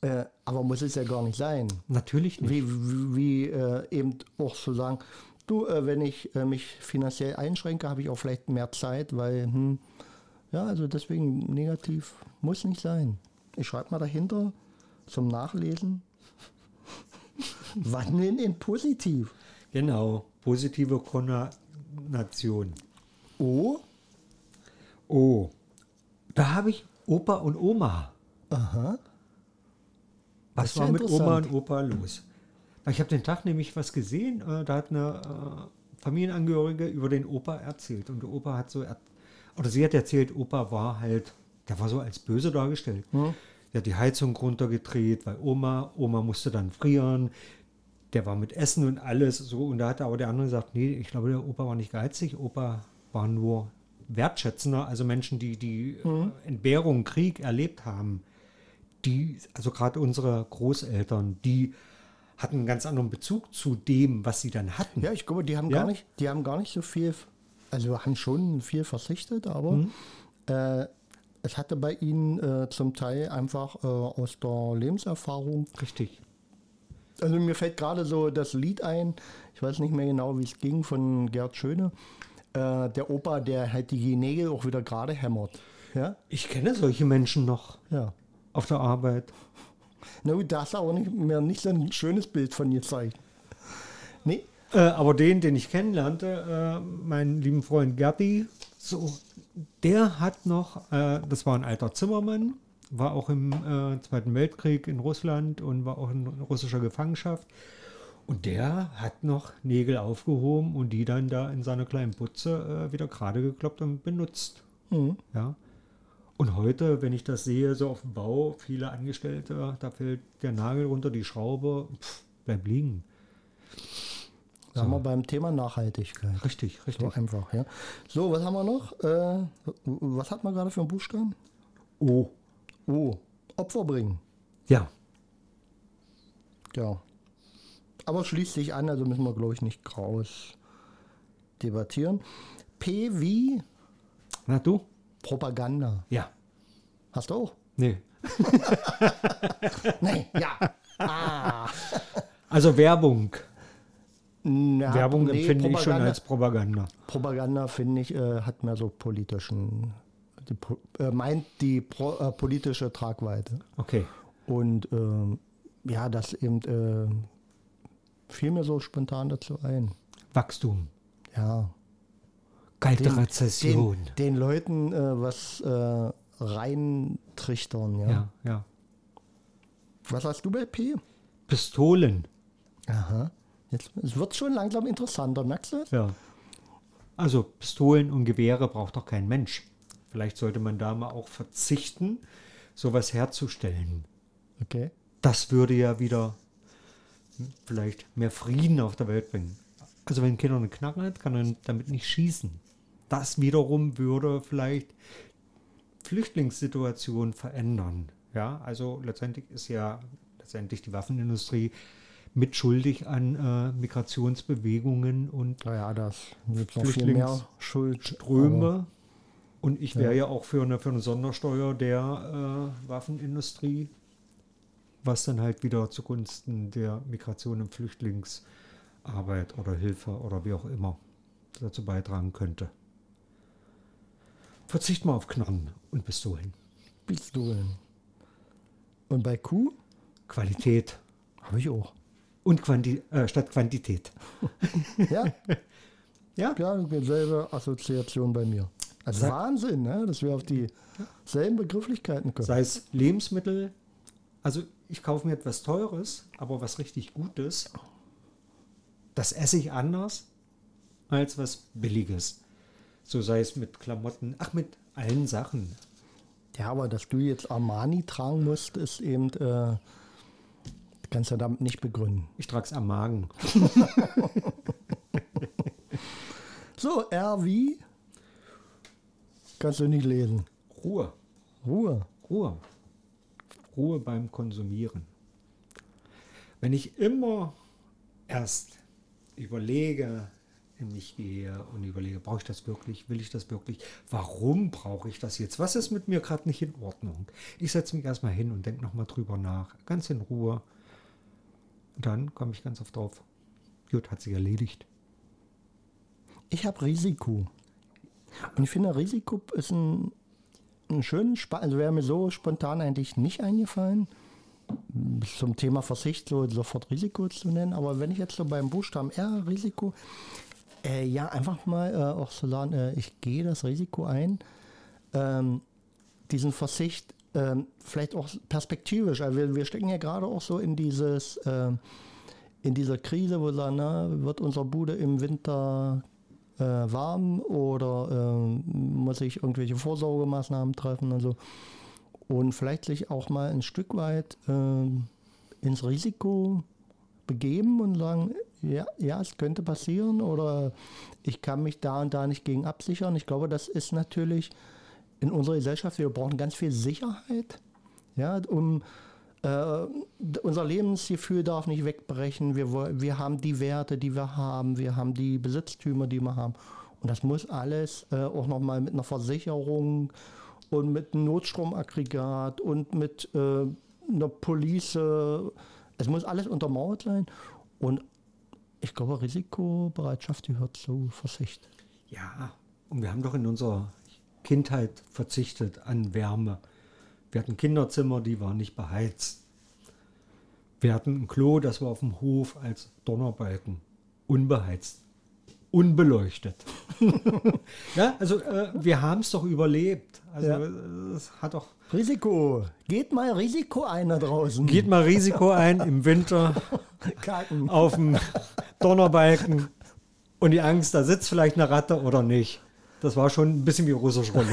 [SPEAKER 1] Äh, aber muss es ja gar nicht sein.
[SPEAKER 2] Natürlich nicht.
[SPEAKER 1] Wie, wie, wie äh, eben auch zu sagen, du, äh, wenn ich äh, mich finanziell einschränke, habe ich auch vielleicht mehr Zeit, weil, hm, ja, also deswegen negativ muss nicht sein. Ich schreibe mal dahinter zum Nachlesen. Wandeln in positiv.
[SPEAKER 2] Genau. Positive Konnotation.
[SPEAKER 1] Oh,
[SPEAKER 2] Oh. Da habe ich Opa und Oma.
[SPEAKER 1] aha, Das
[SPEAKER 2] Was
[SPEAKER 1] ist
[SPEAKER 2] war
[SPEAKER 1] ja
[SPEAKER 2] mit Oma
[SPEAKER 1] interessant.
[SPEAKER 2] und Opa los? Na, Ich habe den Tag nämlich was gesehen. äh, Da hat eine äh, Familienangehörige über den Opa erzählt. Und der Opa hat so, er- oder sie hat erzählt, Opa war halt, der war so als böse dargestellt. Der hat die Heizung runtergedreht, weil Oma, Oma musste dann frieren. Der war mit Essen und alles so. Und da hat aber der andere gesagt, nee, ich glaube, der Opa war nicht geizig. Opa war nur wertschätzender. Also Menschen, die die äh,
[SPEAKER 1] Mhm.
[SPEAKER 2] Entbehrung, Krieg erlebt haben die, also gerade unsere Großeltern, die hatten einen ganz anderen Bezug zu dem, was sie dann hatten.
[SPEAKER 1] Ja, ich glaube, die haben
[SPEAKER 2] Ja?
[SPEAKER 1] gar nicht, die haben gar nicht so viel, also haben schon viel verzichtet, aber
[SPEAKER 2] Mhm.
[SPEAKER 1] äh, es hatte bei ihnen äh, zum Teil einfach äh, aus der Lebenserfahrung.
[SPEAKER 2] Richtig.
[SPEAKER 1] Also mir fällt gerade so das Lied ein, ich weiß nicht mehr genau, wie es ging, von Gerd Schöne. Äh, der Opa, der halt die Nägel auch wieder gerade hämmert. Ja,
[SPEAKER 2] Ich kenne solche Menschen noch
[SPEAKER 1] ja.
[SPEAKER 2] auf der Arbeit.
[SPEAKER 1] Na gut, da hast du aber nicht, mir nicht so ein schönes Bild von gezeigt. Nee,
[SPEAKER 2] Äh, aber den, den ich kennenlernte, äh, meinen lieben Freund Gerti, so, der hat noch, äh, das war ein alter Zimmermann, war auch im äh, Zweiten Weltkrieg in Russland und war auch in russischer Gefangenschaft. Und der hat noch Nägel aufgehoben und die dann da in seiner kleinen Putze äh, wieder gerade gekloppt und benutzt. Ja. Und heute, wenn ich das sehe, so auf dem Bau, viele Angestellte, da fällt der Nagel runter, die Schraube, pff, bleibt liegen.
[SPEAKER 1] sagen wir beim Thema Nachhaltigkeit.
[SPEAKER 2] Richtig, richtig.
[SPEAKER 1] So einfach, ja. So, was haben wir noch? Äh, was hat man gerade für einen Buchstaben?
[SPEAKER 2] Oh.
[SPEAKER 1] Oh, Opfer bringen.
[SPEAKER 2] Ja,
[SPEAKER 1] Ja. Genau. Aber schließt sich an, also müssen wir, glaube ich, nicht kraus debattieren. P wie
[SPEAKER 2] na du?
[SPEAKER 1] Propaganda.
[SPEAKER 2] Ja.
[SPEAKER 1] Hast du auch?
[SPEAKER 2] Nee.
[SPEAKER 1] Nee, ja.
[SPEAKER 2] Also Werbung.
[SPEAKER 1] Na,
[SPEAKER 2] Werbung
[SPEAKER 1] Ah, nee,
[SPEAKER 2] empfinde ich schon
[SPEAKER 1] Propaganda-
[SPEAKER 2] als Propaganda.
[SPEAKER 1] Propaganda, finde ich, äh, hat mehr so politischen. Die, po- äh, meint die pro, äh, politische Tragweite.
[SPEAKER 2] Okay.
[SPEAKER 1] Und ähm, ja, das eben äh, fiel mir so spontan dazu ein.
[SPEAKER 2] Wachstum.
[SPEAKER 1] Ja.
[SPEAKER 2] Kalte
[SPEAKER 1] Den,
[SPEAKER 2] Rezession.
[SPEAKER 1] den Leuten äh, was äh, reintrichtern, ja.
[SPEAKER 2] ja, ja.
[SPEAKER 1] Was hast du bei P?
[SPEAKER 2] Pistolen.
[SPEAKER 1] Aha. Jetzt es wird schon langsam interessanter, merkst du? das?
[SPEAKER 2] Ja. Also Pistolen und Gewehre braucht doch kein Mensch. Vielleicht sollte man da mal auch verzichten, sowas herzustellen.
[SPEAKER 1] Okay.
[SPEAKER 2] Das würde ja wieder hm, vielleicht mehr Frieden auf der Welt bringen. Also wenn ein Kind eine Knarre hat, kann er damit nicht schießen. Das wiederum würde vielleicht Flüchtlingssituationen verändern. Ja, also letztendlich ist ja letztendlich die Waffenindustrie mitschuldig an äh, Migrationsbewegungen und
[SPEAKER 1] Naja, das wird noch viel mehr Schuld.
[SPEAKER 2] Ströme. Und ich wäre ja. auch für eine, für eine Sondersteuer der äh, Waffenindustrie, was dann halt wieder zugunsten der Migration und Flüchtlingsarbeit oder Hilfe oder wie auch immer dazu beitragen könnte. Verzicht mal auf Knarren und Pistolen.
[SPEAKER 1] Pistolen. Und bei Q
[SPEAKER 2] Qualität
[SPEAKER 1] habe ich auch.
[SPEAKER 2] und Quanti äh, statt Quantität.
[SPEAKER 1] Ja,
[SPEAKER 2] Ja,
[SPEAKER 1] ja, dieselbe Assoziation bei mir. Also Wahnsinn, ne? dass wir auf die selben Begrifflichkeiten kommen.
[SPEAKER 2] sei es Lebensmittel. Also ich kaufe mir etwas Teures, aber was richtig Gutes. Das esse ich anders als was Billiges. So sei es mit Klamotten, ach mit allen Sachen.
[SPEAKER 1] Ja, aber dass du jetzt Armani tragen musst, ist eben, äh, kannst du damit nicht begründen.
[SPEAKER 2] Ich trage es am Magen.
[SPEAKER 1] So, R wie? Kannst du nicht lesen.
[SPEAKER 2] Ruhe,
[SPEAKER 1] Ruhe.
[SPEAKER 2] Ruhe. Ruhe beim Konsumieren. Wenn ich immer erst überlege, in mich gehe und überlege, brauche ich das wirklich? Will ich das wirklich? Warum brauche ich das jetzt? Was ist mit mir gerade nicht in Ordnung? Ich setze mich erstmal hin und denke nochmal drüber nach, ganz in Ruhe. Und dann komme ich ganz oft drauf. Gut, hat sich erledigt.
[SPEAKER 1] Ich habe Risiko. Und ich finde, Risiko ist ein, ein schönes, Spa- also wäre mir so spontan eigentlich nicht eingefallen, zum Thema Verzicht so sofort Risiko zu nennen. Aber wenn ich jetzt so beim Buchstaben R Risiko, äh, ja, einfach mal äh, auch so sagen, äh, ich gehe das Risiko ein, ähm, diesen Verzicht ähm, vielleicht auch perspektivisch. Also wir, wir stecken ja gerade auch so in dieses, ähm, in dieser Krise, wo wir sagen, na, wird unsere Bude im Winter äh, warm oder ähm, muss ich irgendwelche Vorsorgemaßnahmen treffen und so. Und vielleicht sich auch mal ein Stück weit ähm, ins Risiko begeben und sagen, ja, ja, es könnte passieren oder ich kann mich da und da nicht gegen absichern. Ich glaube, das ist natürlich in unserer Gesellschaft, wir brauchen ganz viel Sicherheit, ja, um äh, d- unser Lebensgefühl darf nicht wegbrechen. Wir, woll- wir haben die Werte, die wir haben. Wir haben die Besitztümer, die wir haben. Und das muss alles äh, auch nochmal mit einer Versicherung und mit einem Notstromaggregat und mit äh, einer Police. äh, Es muss alles untermauert sein. Und ich glaube, Risikobereitschaft gehört zu Versicht.
[SPEAKER 2] Ja, und wir haben doch in unserer Kindheit verzichtet an Wärme. Wir hatten Kinderzimmer, die waren nicht beheizt. Wir hatten ein Klo, das war auf dem Hof als Donnerbalken. Unbeheizt. Unbeleuchtet. ja, also äh, wir haben es doch überlebt. Also
[SPEAKER 1] Ja.
[SPEAKER 2] äh, es hat doch.
[SPEAKER 1] Risiko. Geht mal Risiko ein da draußen.
[SPEAKER 2] Geht mal Risiko ein im Winter
[SPEAKER 1] Kacken.
[SPEAKER 2] auf dem Donnerbalken und die Angst, da sitzt vielleicht eine Ratte oder nicht. Das war schon ein bisschen wie russisch rum.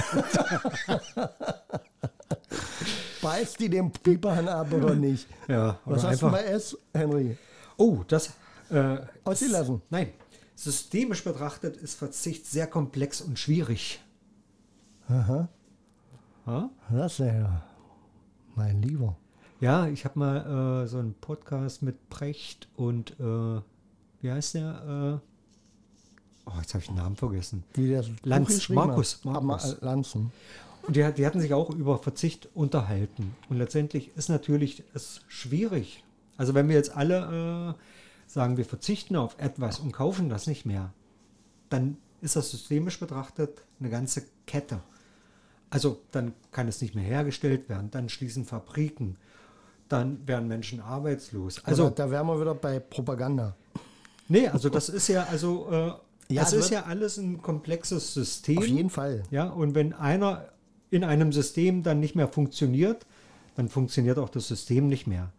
[SPEAKER 1] Beißt die den Piepern ab oder nicht?
[SPEAKER 2] Ja, oder
[SPEAKER 1] Was hast du
[SPEAKER 2] einfach.
[SPEAKER 1] bei S, Henry?
[SPEAKER 2] Oh, das. Äh,
[SPEAKER 1] Ausgelassen.
[SPEAKER 2] ist- Nein. Systemisch betrachtet ist Verzicht sehr komplex und schwierig. Aha.
[SPEAKER 1] Das ist ja mein Lieber.
[SPEAKER 2] Ja, ich habe mal äh, so einen Podcast mit Precht und äh, wie heißt der? Äh, oh, jetzt habe ich den Namen vergessen.
[SPEAKER 1] Die das
[SPEAKER 2] Lanz,
[SPEAKER 1] Buch geschrieben
[SPEAKER 2] Markus,
[SPEAKER 1] hat. Ah, Ma-
[SPEAKER 2] Markus.
[SPEAKER 1] Lanzen.
[SPEAKER 2] Und die, hat- die hatten sich auch über Verzicht unterhalten. Und letztendlich ist natürlich es schwierig. Also wenn wir jetzt alle äh, sagen, wir verzichten auf etwas und kaufen das nicht mehr, dann ist das systemisch betrachtet eine ganze Kette. Also dann kann es nicht mehr hergestellt werden, dann schließen Fabriken, dann werden Menschen arbeitslos.
[SPEAKER 1] Also,
[SPEAKER 2] Also
[SPEAKER 1] da wären wir wieder bei Propaganda.
[SPEAKER 2] nee, also das ist ja also äh,
[SPEAKER 1] Ja, es
[SPEAKER 2] das ist
[SPEAKER 1] wird-
[SPEAKER 2] ja alles ein komplexes
[SPEAKER 1] Auf
[SPEAKER 2] System.
[SPEAKER 1] jeden Fall.
[SPEAKER 2] Ja, und wenn einer in einem System dann nicht mehr funktioniert, dann funktioniert auch das System nicht mehr.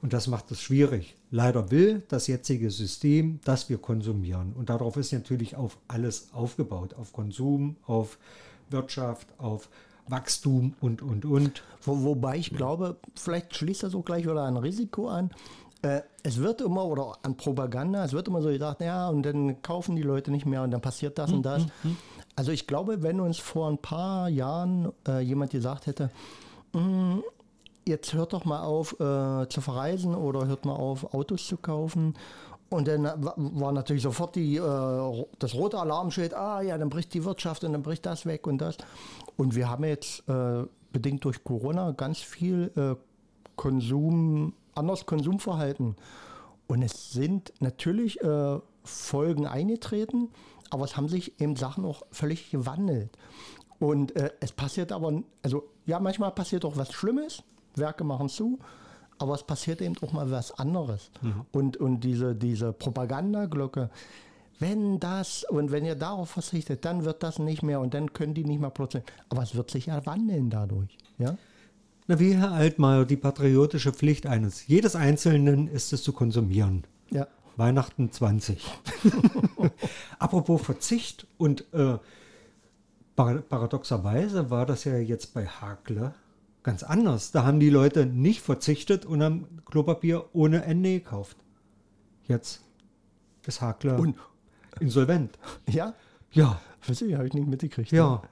[SPEAKER 2] Und das macht es schwierig. Leider will das jetzige System, dass wir konsumieren. Und darauf ist natürlich auf alles aufgebaut. Auf Konsum, auf Wirtschaft, auf Wachstum und, und, und.
[SPEAKER 1] Wo, wobei ich glaube, vielleicht schließt das auch gleich wieder ein Risiko an. Äh, es wird immer, oder an Propaganda, es wird immer so gedacht, ja, und dann kaufen die Leute nicht mehr und dann passiert
[SPEAKER 2] Hm,
[SPEAKER 1] das und das. Also ich glaube, wenn uns vor ein paar Jahren äh, jemand gesagt hätte, "Mm, jetzt hört doch mal auf äh, zu verreisen oder hört mal auf Autos zu kaufen. Und dann wa- war natürlich sofort die, äh, ro- das rote Alarmschild, ah ja, dann bricht die Wirtschaft und dann bricht das weg und das. Und wir haben jetzt äh, bedingt durch Corona ganz viel äh, Konsum, anderes Konsumverhalten. Und es sind natürlich äh, Folgen eingetreten, aber es haben sich eben Sachen auch völlig gewandelt. Und äh, es passiert aber, also ja, manchmal passiert auch was Schlimmes, Werke machen zu, aber es passiert eben auch mal was anderes. Und, und diese, diese Propagandaglocke, wenn das und wenn ihr darauf verzichtet, dann wird das nicht mehr und dann können die nicht mehr plötzlich. Aber es wird sich ja wandeln dadurch. Ja?
[SPEAKER 2] Na, wie Herr Altmaier, die patriotische Pflicht eines jedes Einzelnen ist es zu konsumieren.
[SPEAKER 1] Ja.
[SPEAKER 2] Weihnachten 20. Apropos Verzicht und äh, par paradoxerweise war das ja jetzt bei Hakle ganz anders. Da haben die Leute nicht verzichtet und haben Klopapier ohne Ende gekauft. Jetzt ist Hakle
[SPEAKER 1] Und-
[SPEAKER 2] insolvent.
[SPEAKER 1] Ja?
[SPEAKER 2] Ja,
[SPEAKER 1] Weiß ich, habe ich nicht mitgekriegt.
[SPEAKER 2] ja.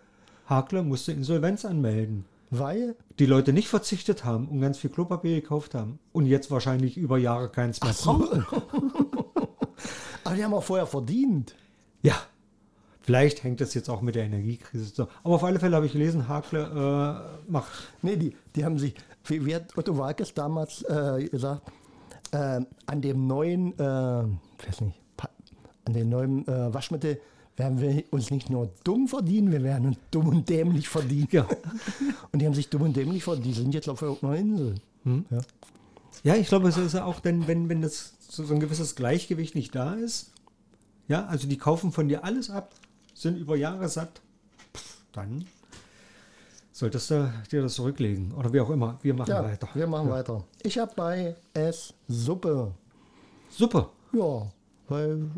[SPEAKER 2] Hakle musste Insolvenz anmelden.
[SPEAKER 1] Weil,
[SPEAKER 2] Die Leute nicht verzichtet haben und ganz viel Klopapier gekauft haben und jetzt wahrscheinlich über Jahre keins mehr brauchen.
[SPEAKER 1] Aber die haben auch vorher verdient.
[SPEAKER 2] Ja. Vielleicht hängt das jetzt auch mit der Energiekrise zusammen. Aber auf alle Fälle habe ich gelesen, Hakle äh, macht.
[SPEAKER 1] Nee, die, die haben sich, wie, wie hat Otto Walkes damals äh, gesagt, äh, an dem neuen, äh, ich weiß nicht, Pa- an dem neuen äh, Waschmittel werden wir uns nicht nur dumm verdienen, wir werden uns dumm und dämlich verdienen.
[SPEAKER 2] Ja.
[SPEAKER 1] Und die haben sich dumm und dämlich verdient. Die sind jetzt auf irgendeiner Insel.
[SPEAKER 2] Hm?
[SPEAKER 1] Ja.
[SPEAKER 2] Ja, ich glaube, es ist ja auch, denn, wenn, wenn das so, so ein gewisses Gleichgewicht nicht da ist, ja, also die kaufen von dir alles ab, sind über Jahre satt, pff, dann solltest du dir das zurücklegen. Oder wie auch immer. Wir machen
[SPEAKER 1] Ja,
[SPEAKER 2] weiter.
[SPEAKER 1] wir machen weiter. Ich habe bei S Suppe.
[SPEAKER 2] Super.
[SPEAKER 1] Ja, weil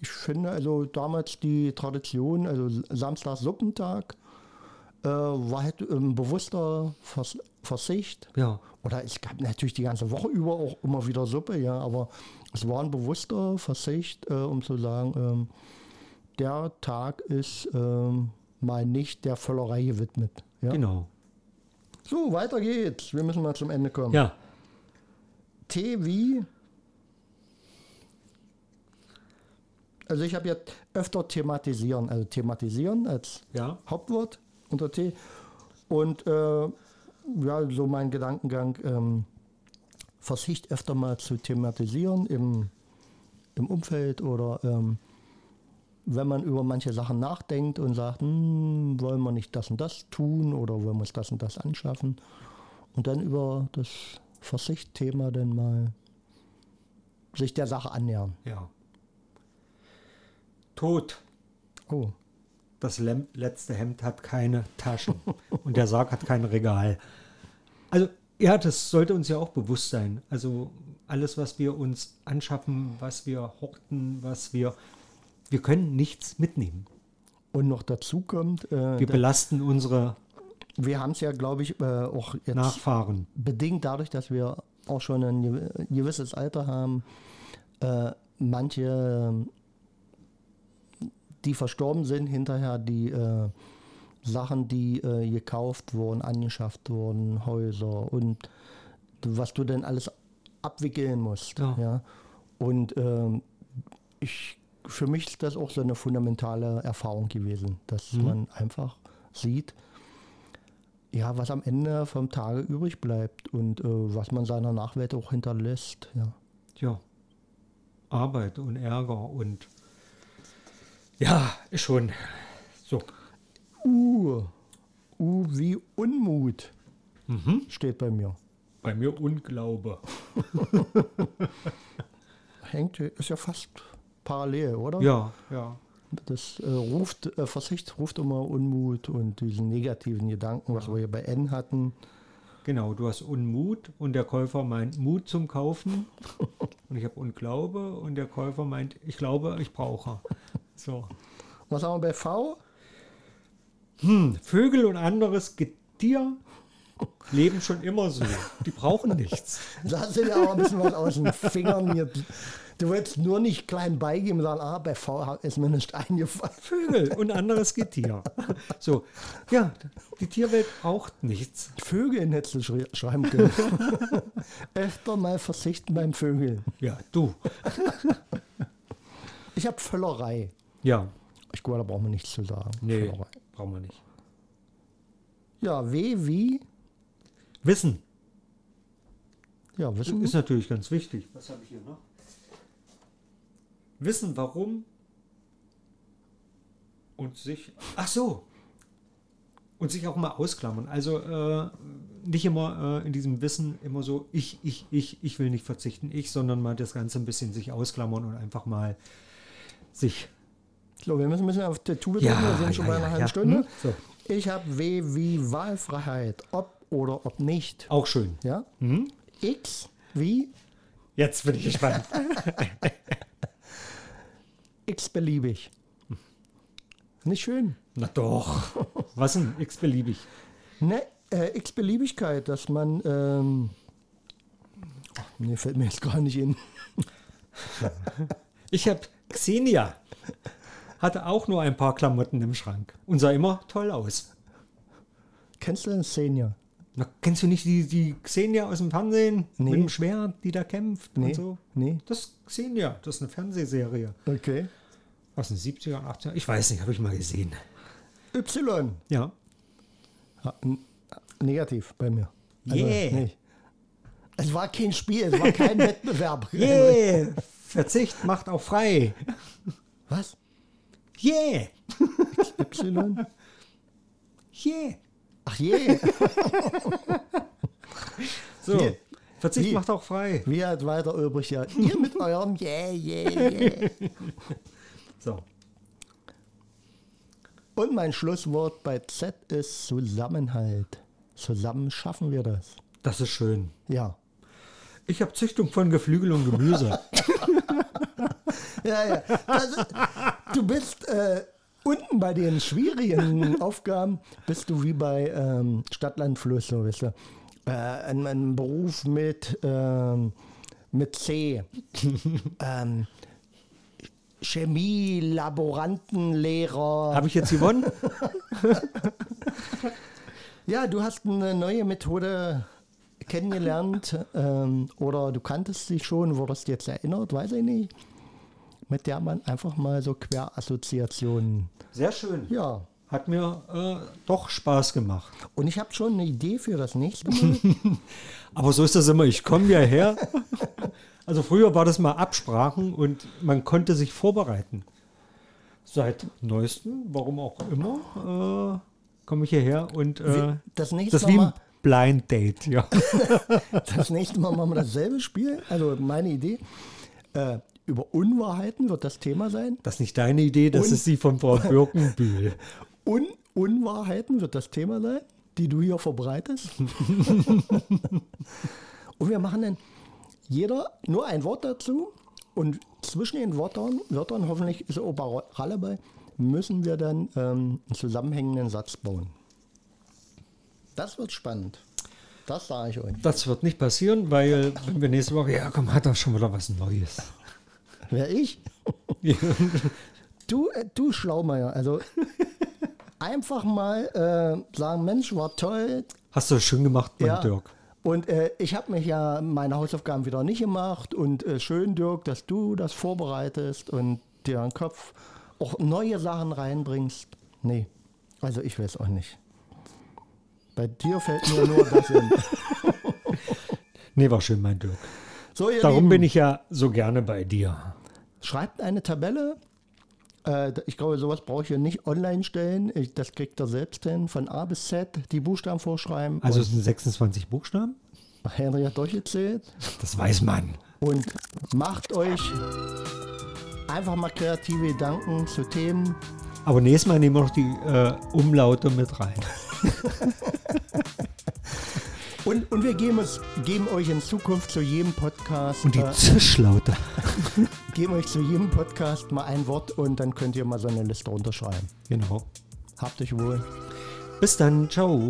[SPEAKER 1] ich finde, also damals die Tradition, also Samstag Suppentag, äh, war halt ein bewusster Vers Versicht.
[SPEAKER 2] Ja.
[SPEAKER 1] Oder es gab natürlich die ganze Woche über auch immer wieder Suppe, ja, aber es war ein bewusster Versicht, äh, um zu sagen, ähm, der Tag ist ähm, mal nicht der Völlerei gewidmet. Ja.
[SPEAKER 2] Genau.
[SPEAKER 1] So, weiter geht's. Wir müssen mal zum Ende kommen.
[SPEAKER 2] Ja.
[SPEAKER 1] Tee wie? Also ich habe ja öfter thematisieren, also thematisieren als
[SPEAKER 2] Ja.
[SPEAKER 1] Hauptwort unter Tee. Und äh, ja, so mein Gedankengang, ähm, Versicht öfter mal zu thematisieren im, im Umfeld oder ähm, wenn man über manche Sachen nachdenkt und sagt, hm, wollen wir nicht das und das tun oder wollen wir uns das und das anschaffen. Und dann über das Versicht-Thema dann mal sich der Sache annähern.
[SPEAKER 2] Ja. Tod.
[SPEAKER 1] Oh,
[SPEAKER 2] Das Lem letzte Hemd hat keine Taschen und der Sarg hat kein Regal. Also ja, das sollte uns ja auch bewusst sein. Also alles, was wir uns anschaffen, was wir horten, was wir... Wir können nichts mitnehmen.
[SPEAKER 1] und noch dazu kommt, äh,
[SPEAKER 2] Wir belasten unsere
[SPEAKER 1] wir haben es ja, glaube ich, äh, auch jetzt
[SPEAKER 2] Nachfahren.
[SPEAKER 1] bedingt dadurch, dass wir auch schon ein gew- gewisses Alter haben, äh, manche, ähm, die verstorben sind, hinterher die äh, Sachen, die äh, gekauft wurden, angeschafft wurden, Häuser und was du denn alles abwickeln musst.
[SPEAKER 2] Ja.
[SPEAKER 1] Ja. Und ähm, ich, für mich ist das auch so eine fundamentale Erfahrung gewesen, dass man einfach sieht, ja, was am Ende vom Tage übrig bleibt und äh, was man seiner Nachwelt auch hinterlässt. Ja.
[SPEAKER 2] Ja. Arbeit und Ärger und... Ja, ist schon. So.
[SPEAKER 1] Uh, uh, wie Unmut
[SPEAKER 2] Mhm.
[SPEAKER 1] steht bei mir.
[SPEAKER 2] Bei mir Unglaube.
[SPEAKER 1] Hängt, ist ja fast parallel, oder?
[SPEAKER 2] Ja, ja.
[SPEAKER 1] Das äh, ruft, äh, Verzicht ruft immer Unmut und diesen negativen Gedanken, was wir hier bei N hatten.
[SPEAKER 2] Genau, du hast Unmut und der Käufer meint Mut zum Kaufen und ich habe Unglaube und der Käufer meint, ich glaube, ich brauche. So.
[SPEAKER 1] Was haben wir bei V?
[SPEAKER 2] Hm, Vögel und anderes Getier leben schon immer so. Die brauchen nichts.
[SPEAKER 1] Lass dir aber ein bisschen was aus den Fingern hier. Du willst nur nicht klein beigeben und sagen, ah, bei V ist mir nicht eingefallen.
[SPEAKER 2] Vögel und anderes Getier. So, ja, die Tierwelt braucht nichts.
[SPEAKER 1] Vögel hättest du schrei- schreiben können. Öfter mal verzichten beim Vögeln.
[SPEAKER 2] Ja, du.
[SPEAKER 1] Ich habe Völlerei.
[SPEAKER 2] Ja,
[SPEAKER 1] Ich glaube, da braucht man nichts zu sagen.
[SPEAKER 2] nee,
[SPEAKER 1] Völlerei.
[SPEAKER 2] brauchen wir nicht.
[SPEAKER 1] Ja, W wie?
[SPEAKER 2] Wissen
[SPEAKER 1] Ja, wissen wir.
[SPEAKER 2] ist natürlich ganz wichtig. Was habe ich hier noch? Wissen, warum und sich. Ach so. Und sich auch mal ausklammern. Also äh, nicht immer äh, in diesem Wissen immer so, ich, ich, ich, ich will nicht verzichten, ich, sondern mal das Ganze ein bisschen sich ausklammern und einfach mal sich.
[SPEAKER 1] So, wir müssen ein bisschen auf der Tube drücken. Wir sind schon bei einer halben Stunde.
[SPEAKER 2] Hm? So.
[SPEAKER 1] Ich habe W wie Wahlfreiheit. Ob oder ob nicht.
[SPEAKER 2] Auch schön.
[SPEAKER 1] Ja? X wie
[SPEAKER 2] Jetzt bin ich gespannt.
[SPEAKER 1] x-beliebig. Nicht schön.
[SPEAKER 2] Na doch. Was denn? X-beliebig.
[SPEAKER 1] Ne, äh, x-beliebigkeit, dass man... Ähm, ach, nee, fällt mir jetzt gar nicht in.
[SPEAKER 2] Ich habe Xenia. Hatte auch nur ein paar Klamotten im Schrank und sah immer toll aus.
[SPEAKER 1] Kennst du den Senior?
[SPEAKER 2] Na, kennst du nicht die, die Xenia aus dem Fernsehen
[SPEAKER 1] Nee.
[SPEAKER 2] mit dem Schwert, die da kämpft
[SPEAKER 1] Nee,
[SPEAKER 2] und so?
[SPEAKER 1] nee.
[SPEAKER 2] Das ist Xenia, das ist eine Fernsehserie.
[SPEAKER 1] Okay.
[SPEAKER 2] Aus den 70ern, 80ern, ich weiß nicht, habe ich mal gesehen.
[SPEAKER 1] Y.
[SPEAKER 2] Ja.
[SPEAKER 1] Ja, n- negativ bei mir.
[SPEAKER 2] Yeah.
[SPEAKER 1] nicht. Es war kein Spiel, es war kein Wettbewerb.
[SPEAKER 2] Yeah! Verzicht macht auch frei.
[SPEAKER 1] Was?
[SPEAKER 2] Yeah!
[SPEAKER 1] Y?
[SPEAKER 2] Yeah!
[SPEAKER 1] Ach je.
[SPEAKER 2] So.
[SPEAKER 1] Yeah.
[SPEAKER 2] Verzicht
[SPEAKER 1] Yeah.
[SPEAKER 2] macht auch frei.
[SPEAKER 1] Wie hat weiter übrig ja. Ihr mit eurem Yeah, yeah, yeah.
[SPEAKER 2] So.
[SPEAKER 1] Und mein Schlusswort bei Z ist Zusammenhalt. Zusammen schaffen wir das.
[SPEAKER 2] Das ist schön.
[SPEAKER 1] Ja.
[SPEAKER 2] Ich habe Züchtung von Geflügel und Gemüse.
[SPEAKER 1] Ja, ja. Das, ist- du bist äh, unten bei den schwierigen Aufgaben, bist du wie bei ähm, Stadtlandfluss, so weißt du. Äh, ein, ein Beruf mit, ähm, mit C. ähm, Chemie, Laborantenlehrer.
[SPEAKER 2] habe ich jetzt gewonnen?
[SPEAKER 1] Ja, du hast eine neue Methode kennengelernt ähm, oder du kanntest sie schon, wurdest jetzt erinnert, weiß ich nicht. Mit der man einfach mal so Querassoziationen.
[SPEAKER 2] Sehr schön.
[SPEAKER 1] Ja.
[SPEAKER 2] Hat mir äh, doch Spaß gemacht.
[SPEAKER 1] Und ich habe schon eine Idee für das nächste Mal.
[SPEAKER 2] Aber so ist das immer. Ich komme ja her. Also früher war das mal Absprachen und man konnte sich vorbereiten. Seit neuestem, warum auch immer, äh, komme ich hierher und äh,
[SPEAKER 1] das nächste
[SPEAKER 2] das ist wie ein
[SPEAKER 1] Mal-
[SPEAKER 2] Blind Date. Ja.
[SPEAKER 1] Das nächste Mal machen wir dasselbe Spiel. Also meine Idee. Äh, über Unwahrheiten wird das Thema sein.
[SPEAKER 2] Das ist nicht deine Idee, das
[SPEAKER 1] Und-
[SPEAKER 2] ist die von Frau Birkenbühl.
[SPEAKER 1] Un Unwahrheiten wird das Thema sein, die du hier verbreitest. und wir machen dann jeder nur ein Wort dazu. Und zwischen den Wörtern, Wörtern hoffentlich ist Opa Ralle bei, müssen wir dann ähm, einen zusammenhängenden Satz bauen. Das wird spannend. Das sage ich euch.
[SPEAKER 2] Das wird nicht passieren, weil wenn wir nächste Woche, ja komm, hat doch schon wieder was Neues.
[SPEAKER 1] Wer ich? du, äh, du Schlaumeier, also einfach mal äh, sagen, Mensch, war toll.
[SPEAKER 2] Hast du schön gemacht, mein
[SPEAKER 1] Ja.
[SPEAKER 2] Dirk.
[SPEAKER 1] Und äh, ich habe mich ja meine Hausaufgaben wieder nicht gemacht. Und äh, schön, Dirk, dass du das vorbereitest und dir in den Kopf auch neue Sachen reinbringst. Nee, also ich weiß auch nicht. Bei dir fällt mir nur das in.
[SPEAKER 2] Nee, war schön, mein Dirk.
[SPEAKER 1] So, ihr
[SPEAKER 2] Darum
[SPEAKER 1] Lieben.
[SPEAKER 2] bin ich ja so gerne bei dir.
[SPEAKER 1] Schreibt eine Tabelle. Äh, Ich glaube, sowas brauche ich ja nicht online stellen. Ich, das kriegt ihr selbst hin. Von A bis Z die Buchstaben vorschreiben.
[SPEAKER 2] Also es sind 26 Buchstaben?
[SPEAKER 1] Und Henry hat durchgezählt.
[SPEAKER 2] Das weiß man.
[SPEAKER 1] Und macht euch einfach mal kreative Gedanken zu Themen.
[SPEAKER 2] Aber nächstes Mal nehmen wir noch die äh, Umlaute mit rein.
[SPEAKER 1] Und, und wir geben, es, geben euch in Zukunft zu jedem Podcast.
[SPEAKER 2] Und die
[SPEAKER 1] äh,
[SPEAKER 2] Zischlaute.
[SPEAKER 1] geben euch zu jedem Podcast mal ein Wort und dann könnt ihr mal so eine Liste runterschreiben.
[SPEAKER 2] Genau.
[SPEAKER 1] Habt euch wohl.
[SPEAKER 2] Bis dann. Ciao.